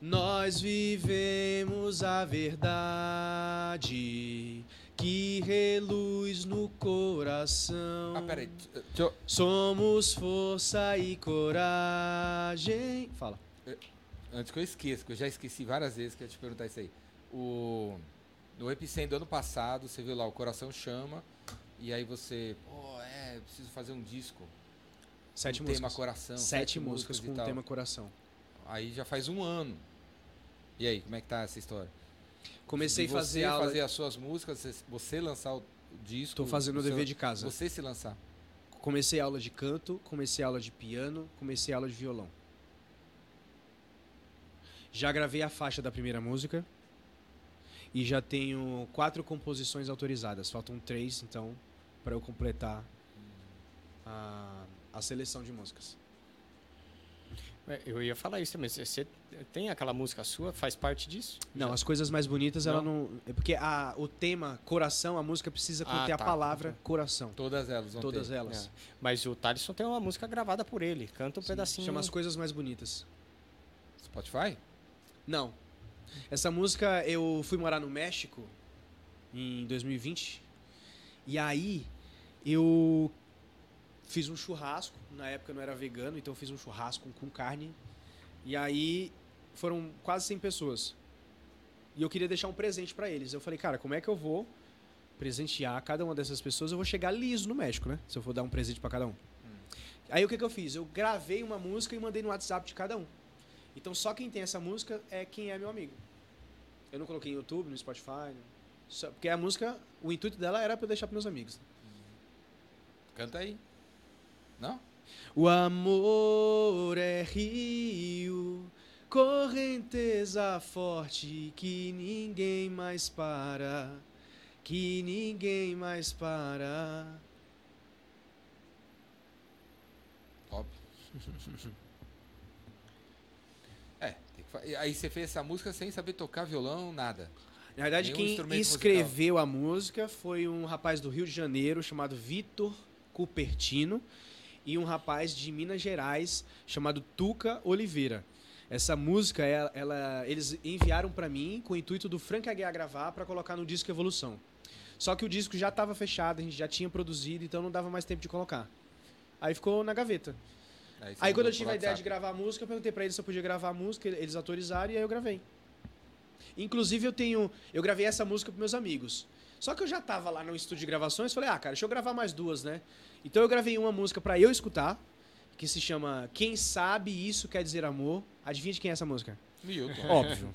Nós vivemos a verdade que reluz no coração. Ah, peraí. t- eh, deixa eu- Somos força e coragem. Fala. Antes que eu esqueça, que eu já esqueci várias vezes que eu ia te perguntar isso aí. O, no Epicentro do ano passado, você viu lá, o Coração Chama, e aí você, pô, é, eu preciso fazer um disco. Sete um músicas. tema Coração. Sete, músicas, e com o tal. tema coração. Aí já faz um ano. E aí, como é que tá essa história? Comecei a De fazer você aula. fazer as suas músicas, você- você lançar o disco. Tô fazendo o você- dever de casa. Você se lançar. Comecei aula de canto, comecei aula de piano, comecei aula de violão. Já gravei a faixa da primeira música. E já tenho quatro composições autorizadas. Faltam três, então, para eu completar a, a seleção de músicas. É, Eu ia falar isso também. Você- Você tem aquela música sua? Faz parte disso? Não, as coisas mais bonitas, ela não. É porque a, o tema coração, a música precisa Ah, conter tá. a palavra coração. Todas elas vão Todas ter. elas. É. Mas o Thaleson tem uma música gravada por ele. Canta um pedacinho. Chama as coisas mais bonitas. Spotify? Não. Essa música eu fui morar no México em 2020. E aí eu fiz um churrasco. Na época eu não era vegano, então eu fiz um churrasco com carne. E aí foram quase 100 pessoas. E eu queria deixar um presente pra eles. Eu falei, cara, como é que eu vou presentear cada uma dessas pessoas? Eu vou chegar liso no México, né? Se eu for dar um presente pra cada um. Aí o que, que eu fiz? Eu gravei uma música e mandei no WhatsApp de cada um. Então só quem tem essa música é quem é meu amigo. Eu não coloquei no YouTube, no Spotify. no- só- porque a música, o intuito dela era pra eu deixar pros meus amigos. Canta aí. Não? O amor é rio, correnteza forte que ninguém mais para, que ninguém mais para. Top. é, tem que fa- e aí você fez essa música sem saber tocar violão, nada. Na verdade, Nenhum instrumento quem musical. escreveu a música foi um rapaz do Rio de Janeiro chamado Vitor Cupertino e um rapaz de Minas Gerais chamado Tuca Oliveira. Essa música, ela, ela- eles enviaram pra mim com o intuito do Frank Aguiar gravar pra colocar no disco Evolução. Só que o disco já estava fechado, a gente já tinha produzido, então não dava mais tempo de colocar. Aí ficou na gaveta. você Aí mandou quando eu por tive a ideia de WhatsApp. gravar a música, eu perguntei pra eles se eu podia gravar a música, eles autorizaram e aí eu gravei. Inclusive eu tenho, eu gravei essa música pros meus amigos. Só que eu já tava lá no estúdio de gravações, falei: "Ah, cara, deixa eu gravar mais duas, né?". Então eu gravei uma música pra eu escutar, que se chama Quem sabe isso quer dizer amor. Adivinha de quem é essa música? Milton. Óbvio.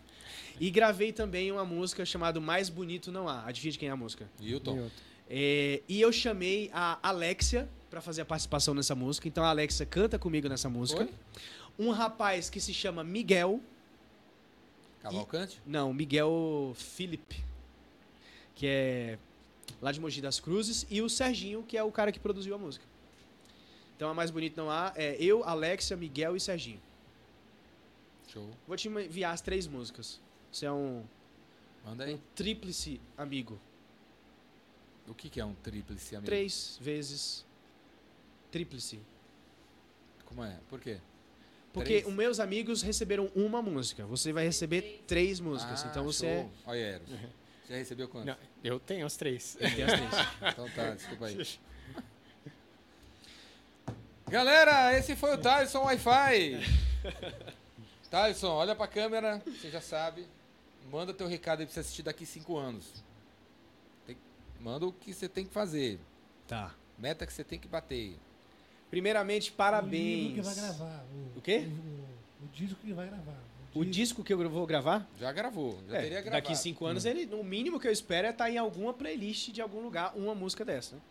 E gravei também uma música chamada Mais bonito não há. Adivinha de quem é a música? Milton. É, e eu chamei a Alexia pra fazer a participação nessa música. Então a Alexia canta comigo nessa música. Oi? Um rapaz que se chama Miguel. Cavalcante? Não, Miguel Felipe. Que é lá de Mogi das Cruzes. E o Serginho, que é o cara que produziu a música. Então a mais bonita não há é eu, Alexia, Miguel e Serginho. Show. Vou te enviar as três músicas. Você é um, Manda um aí. tríplice amigo. O que, que é um tríplice, amigo? Três vezes tríplice. Como é? Por quê? Porque Três? os meus amigos receberam uma música. Você vai receber três músicas. Ah, então você show. Olha, Eros. Já recebeu quanto? Não, eu tenho as três. tem as três. Então tá, desculpa aí. Galera, esse foi o Tyson Wi-Fi. Tyson, olha pra câmera, você já sabe. Manda teu recado aí pra você assistir daqui cinco anos. Tem- manda o que você tem que fazer. Tá. Meta que você tem que bater. Primeiramente, O parabéns. livro que vai gravar. O, O quê? O, o disco que vai gravar. O disco- disco que eu vou gravar? Já gravou, já É, teria gravado. Hum. daqui cinco anos, ele, no mínimo que eu espero é estar em alguma playlist de algum lugar, uma música dessa. né?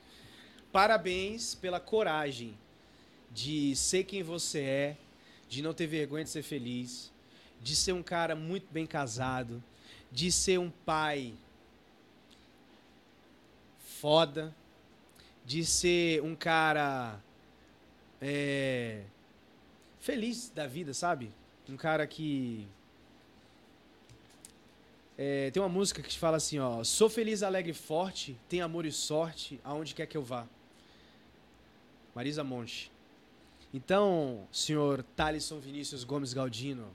Parabéns pela coragem de ser quem você é, de não ter vergonha de ser feliz, de ser um cara muito bem casado, de ser um pai foda, de ser um cara é, feliz da vida, sabe? Um cara que é, tem uma música que fala assim, ó, sou feliz, alegre e forte, tenho amor e sorte, aonde quer que eu vá. Marisa Monte. Então, senhor Thalisson Vinícius Gomes Galdino,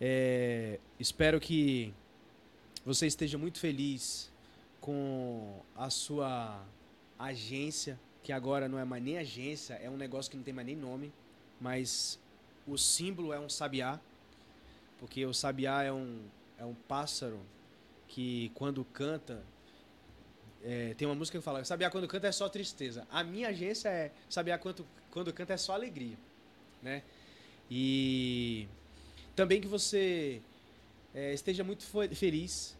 é, espero que você esteja muito feliz com a sua agência, que agora não é mais nem agência, é um negócio que não tem mais nem nome, mas o símbolo é um sabiá, porque o sabiá é um é um pássaro que quando canta. é, tem uma música que fala: Sabiá quando canta é só tristeza. A minha agência é Sabiá quando, quando canta é só alegria. Né? E também que você é, esteja muito fe- feliz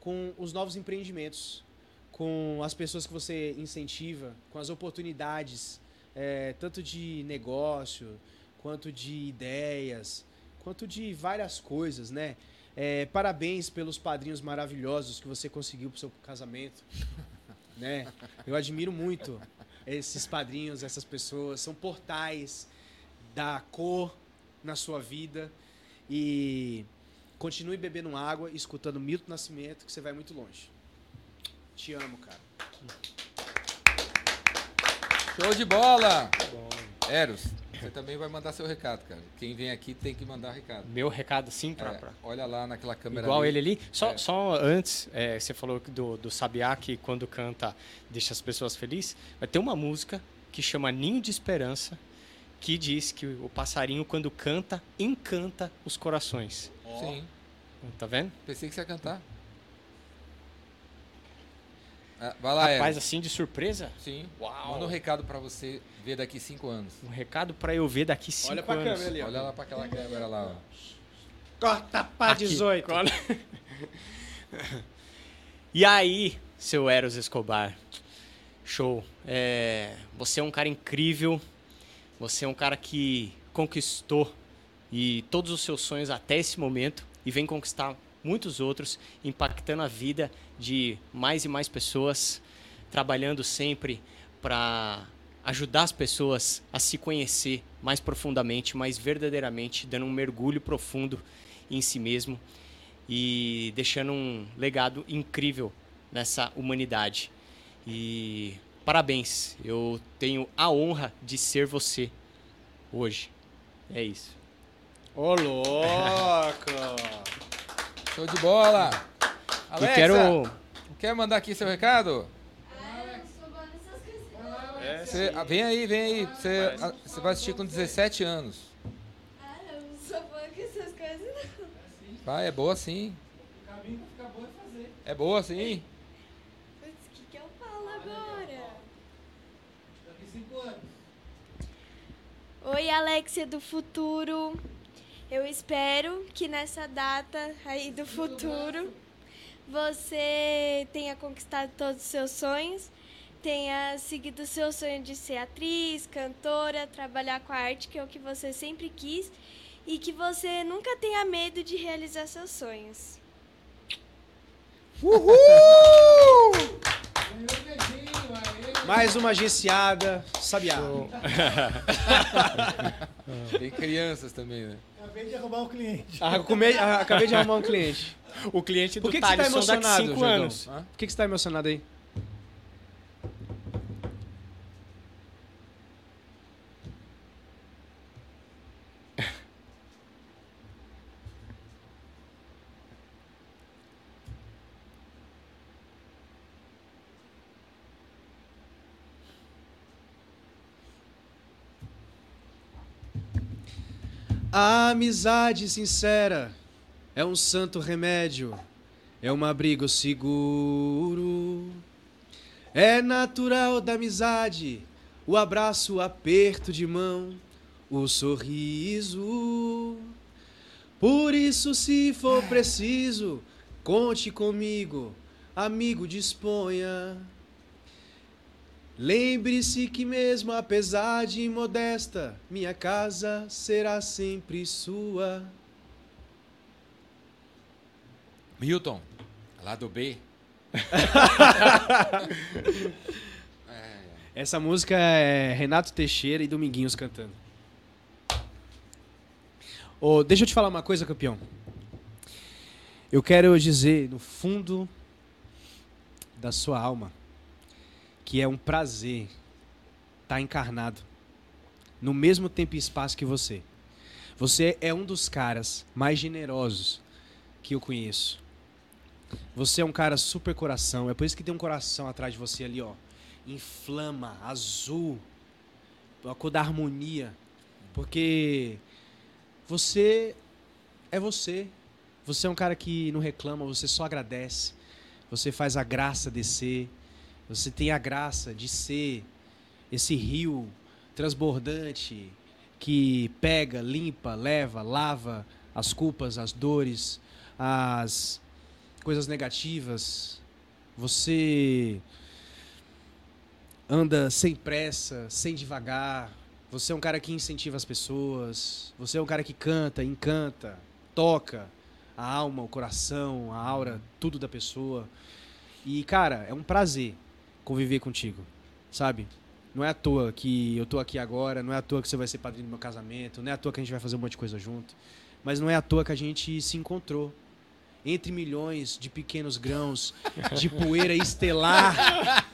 com os novos empreendimentos, com as pessoas que você incentiva, com as oportunidades, é, tanto de negócio, quanto de ideias, quanto de várias coisas, né? É, parabéns pelos padrinhos maravilhosos que você conseguiu pro seu casamento, né? Eu admiro muito esses padrinhos, essas pessoas. São portais da cor, na sua vida. E continue bebendo água, e escutando Milton Nascimento, que você vai muito longe. Te amo, cara. Show de bola! Eros, você também vai mandar seu recado, cara. Quem vem aqui tem que mandar recado. Meu recado, sim, pra, É, pra- olha lá naquela câmera. Igual ali. ele ali. Só, É. só antes, é, você falou do, do Sabiá que quando canta deixa as pessoas felizes. Mas tem uma música que chama Ninho de Esperança que diz que o passarinho, quando canta, encanta os corações. Sim. Tá vendo? Pensei que você ia cantar. Ah, vai lá, Rapaz, Eros. assim de surpresa, Sim. Uau. Manda um recado pra você ver daqui cinco anos. um recado pra eu ver daqui cinco Olha pra anos. câmera ali, ó. Olha lá pra aquela câmera lá, ó. Corta pra Aqui. 18. Cola. e aí, seu Eros Escobar? Show. É, você é um cara incrível. Você é um cara que conquistou e todos os seus sonhos até esse momento e vem conquistar muitos outros, impactando a vida de mais e mais pessoas, trabalhando sempre para ajudar as pessoas a se conhecer mais profundamente, mais verdadeiramente, dando um mergulho profundo em si mesmo e deixando um legado incrível nessa humanidade. E parabéns, eu tenho a honra de ser você hoje. É isso. Ô, louco! Show de bola! Alexa, eu quero. quer mandar aqui seu recado? Você- ah, vem aí, vem aí. Você, ah, você vai assistir com 17 anos. Ah, eu não sou boa com essas coisas, não. Vai, é boa sim. O caminho pra ficar bom é fazer. É boa sim. Putz, o que, que eu falo agora? Daqui cinco anos. Oi, Alexia do futuro. Eu espero que nessa data aí do futuro você tenha conquistado todos os seus sonhos, tenha seguido o seu sonho de ser atriz, cantora, trabalhar com a arte, que é o que você sempre quis, e que você nunca tenha medo de realizar seus sonhos. Mais uma agenciada, sabiá. Tem crianças também, né? Acabei de arrumar o cliente. Acabei, acabei de arrumar um cliente. O cliente do Por que, que você tá Thaleson daqui emocionado, cinco Jordão? anos. Hã? Por que, que você tá emocionado aí? A amizade sincera é um santo remédio, é um abrigo seguro. É natural da amizade o abraço, o aperto de mão, o sorriso. Por isso, se for preciso, conte comigo, amigo, disponha. Lembre-se que, mesmo apesar de modesta, minha casa será sempre sua. Milton, lá do B. Essa música é Renato Teixeira e Dominguinhos cantando. Ô, deixa eu te falar uma coisa, campeão. Eu quero dizer, no fundo da sua alma, que é um prazer estar encarnado no mesmo tempo e espaço que você. Você é um dos caras mais generosos que eu conheço. Você é um cara super coração. É por isso que tem um coração atrás de você ali, ó inflama, azul, a cor da harmonia, porque você é você. Você é um cara que não reclama, você só agradece. Você faz a graça descer. Você tem a graça de ser esse rio transbordante que pega, limpa, leva, lava as culpas, as dores, as coisas negativas. Você anda sem pressa, sem devagar. Você é um cara que incentiva as pessoas. Você é um cara que canta, encanta, toca a alma, o coração, a aura, tudo da pessoa. E, cara, é um prazer conviver contigo, sabe? Não é à toa que eu tô aqui agora, não é à toa que você vai ser padrinho do meu casamento, não é à toa que a gente vai fazer um monte de coisa junto. Mas não é à toa que a gente se encontrou. Entre milhões de pequenos grãos de poeira estelar,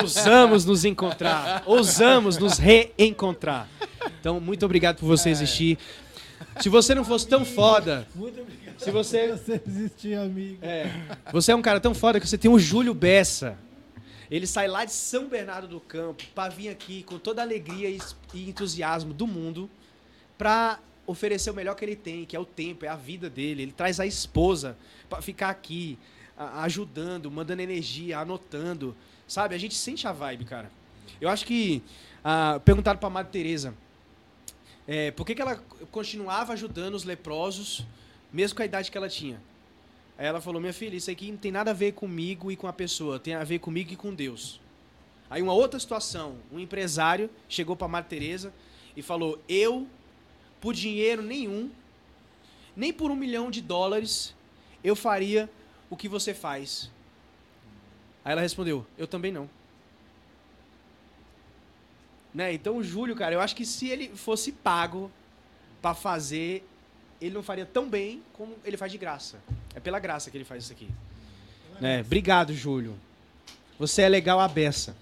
ousamos nos encontrar, ousamos nos reencontrar. Então, muito obrigado por você existir. Se você não fosse tão foda, Muito obrigado. Se você- por você existir, amigo. é. Você é um cara tão foda que você tem o Júlio Bessa. Ele sai lá de São Bernardo do Campo pra vir aqui com toda a alegria e es- e entusiasmo do mundo pra oferecer o melhor que ele tem, que é o tempo, é a vida dele. Ele traz a esposa pra ficar aqui a- ajudando, mandando energia, anotando. Sabe? A gente sente a vibe, cara. Eu acho que ah, perguntaram pra Madre Teresa é, por que, que ela continuava ajudando os leprosos mesmo com a idade que ela tinha. Aí ela falou: Minha filha, isso aqui não tem nada a ver comigo e com a pessoa, tem a ver comigo e com Deus. Aí uma outra situação: um empresário chegou para Madre Teresa e falou: Eu, por dinheiro nenhum, nem por um milhão de dólares, eu faria o que você faz. Aí ela respondeu: Eu também não. Né? Então o Júlio, cara, eu acho que se ele fosse pago para fazer, ele não faria tão bem como ele faz de graça. É pela graça que ele faz isso aqui. Né? Obrigado, Júlio. Você é legal a beça.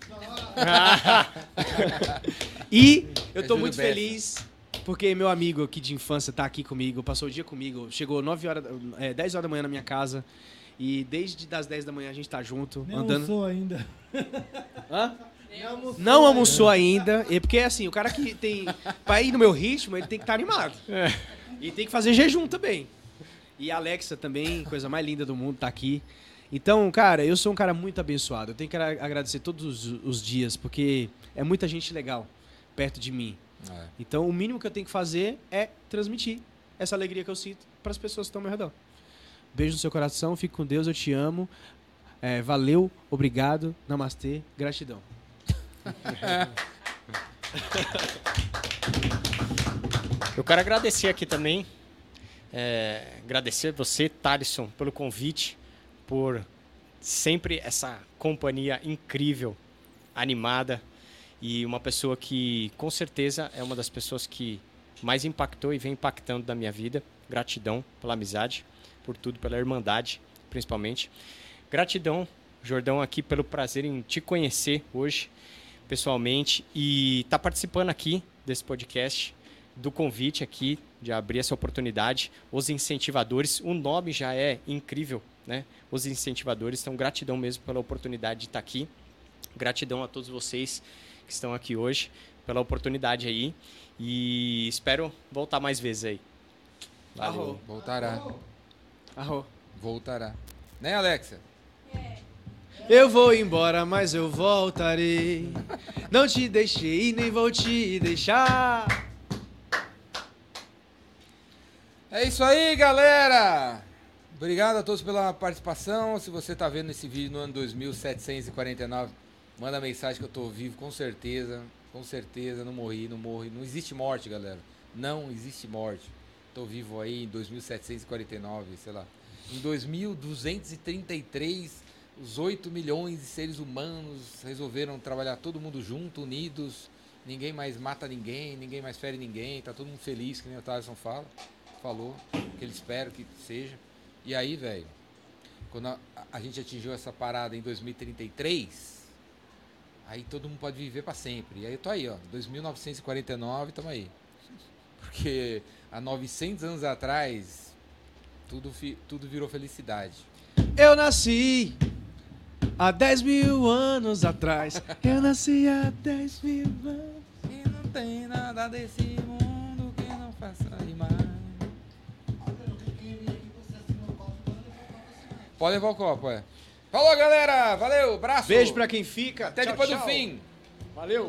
e eu É tô Júlio muito Bessa. feliz porque meu amigo aqui de infância tá aqui comigo, passou o dia comigo, chegou 9 horas, é, 10 horas da manhã na minha casa. E desde das 10 da manhã a gente tá junto, Nem andando. almoçou ainda. Hã? Nem almoçou Não ainda. almoçou ainda, é porque assim, o cara que tem. Pra ir no meu ritmo, ele tem que estar animado. E tem que fazer jejum também. E a Alexa também, coisa mais linda do mundo, tá aqui. Então, cara, eu sou um cara muito abençoado. Eu tenho que a- agradecer todos os, os dias, porque é muita gente legal perto de mim. É. Então, o mínimo que eu tenho que fazer é transmitir essa alegria que eu sinto para as pessoas que estão ao meu redor. Beijo no seu coração, fique com Deus, eu te amo. É, valeu, obrigado, namastê, gratidão. Eu quero agradecer aqui também. é, agradecer você, Thalisson, pelo convite, por sempre essa companhia incrível, animada e uma pessoa que com certeza é uma das pessoas que mais impactou e vem impactando da minha vida. Gratidão pela amizade, por tudo, pela irmandade, principalmente. Gratidão, Jordão, aqui pelo prazer em te conhecer hoje, pessoalmente, e estar participando aqui desse podcast do convite aqui de abrir essa oportunidade. Os incentivadores, o nome já é incrível, né? Os incentivadores, então gratidão mesmo pela oportunidade de estar aqui. Gratidão a todos vocês que estão aqui hoje pela oportunidade aí e espero voltar mais vezes aí. Arro. Valeu. Voltará. Arro. Voltará. Né, Alexa? Eu vou embora, mas eu voltarei. Não te deixei nem vou te deixar. É isso aí, galera! Obrigado a todos pela participação. Se você tá vendo esse vídeo no ano 2749, manda mensagem que eu tô vivo, com certeza. Com certeza, não morri, não morri. Não existe morte, galera. Não existe morte. Tô vivo aí em 2749, sei lá. Em 2233, os 8 milhões de seres humanos resolveram trabalhar todo mundo junto, unidos. Ninguém mais mata ninguém, ninguém mais fere ninguém. Tá todo mundo feliz, que nem o Tarson fala falou, que ele espero que seja. E aí, velho, quando a, a gente atingiu essa parada em 2033, aí todo mundo pode viver pra sempre. E aí eu tô aí, ó, 2949, tamo aí. Porque há 900 anos atrás, tudo, fi- tudo virou felicidade. Eu nasci há 10 mil anos atrás. Eu nasci há 10 mil anos. E não tem nada desse mundo que não faça demais. Pode levar o copo, é. Falou, galera! Valeu, braço! Beijo pra quem fica. Até Tchau, depois tchau. do fim! Valeu.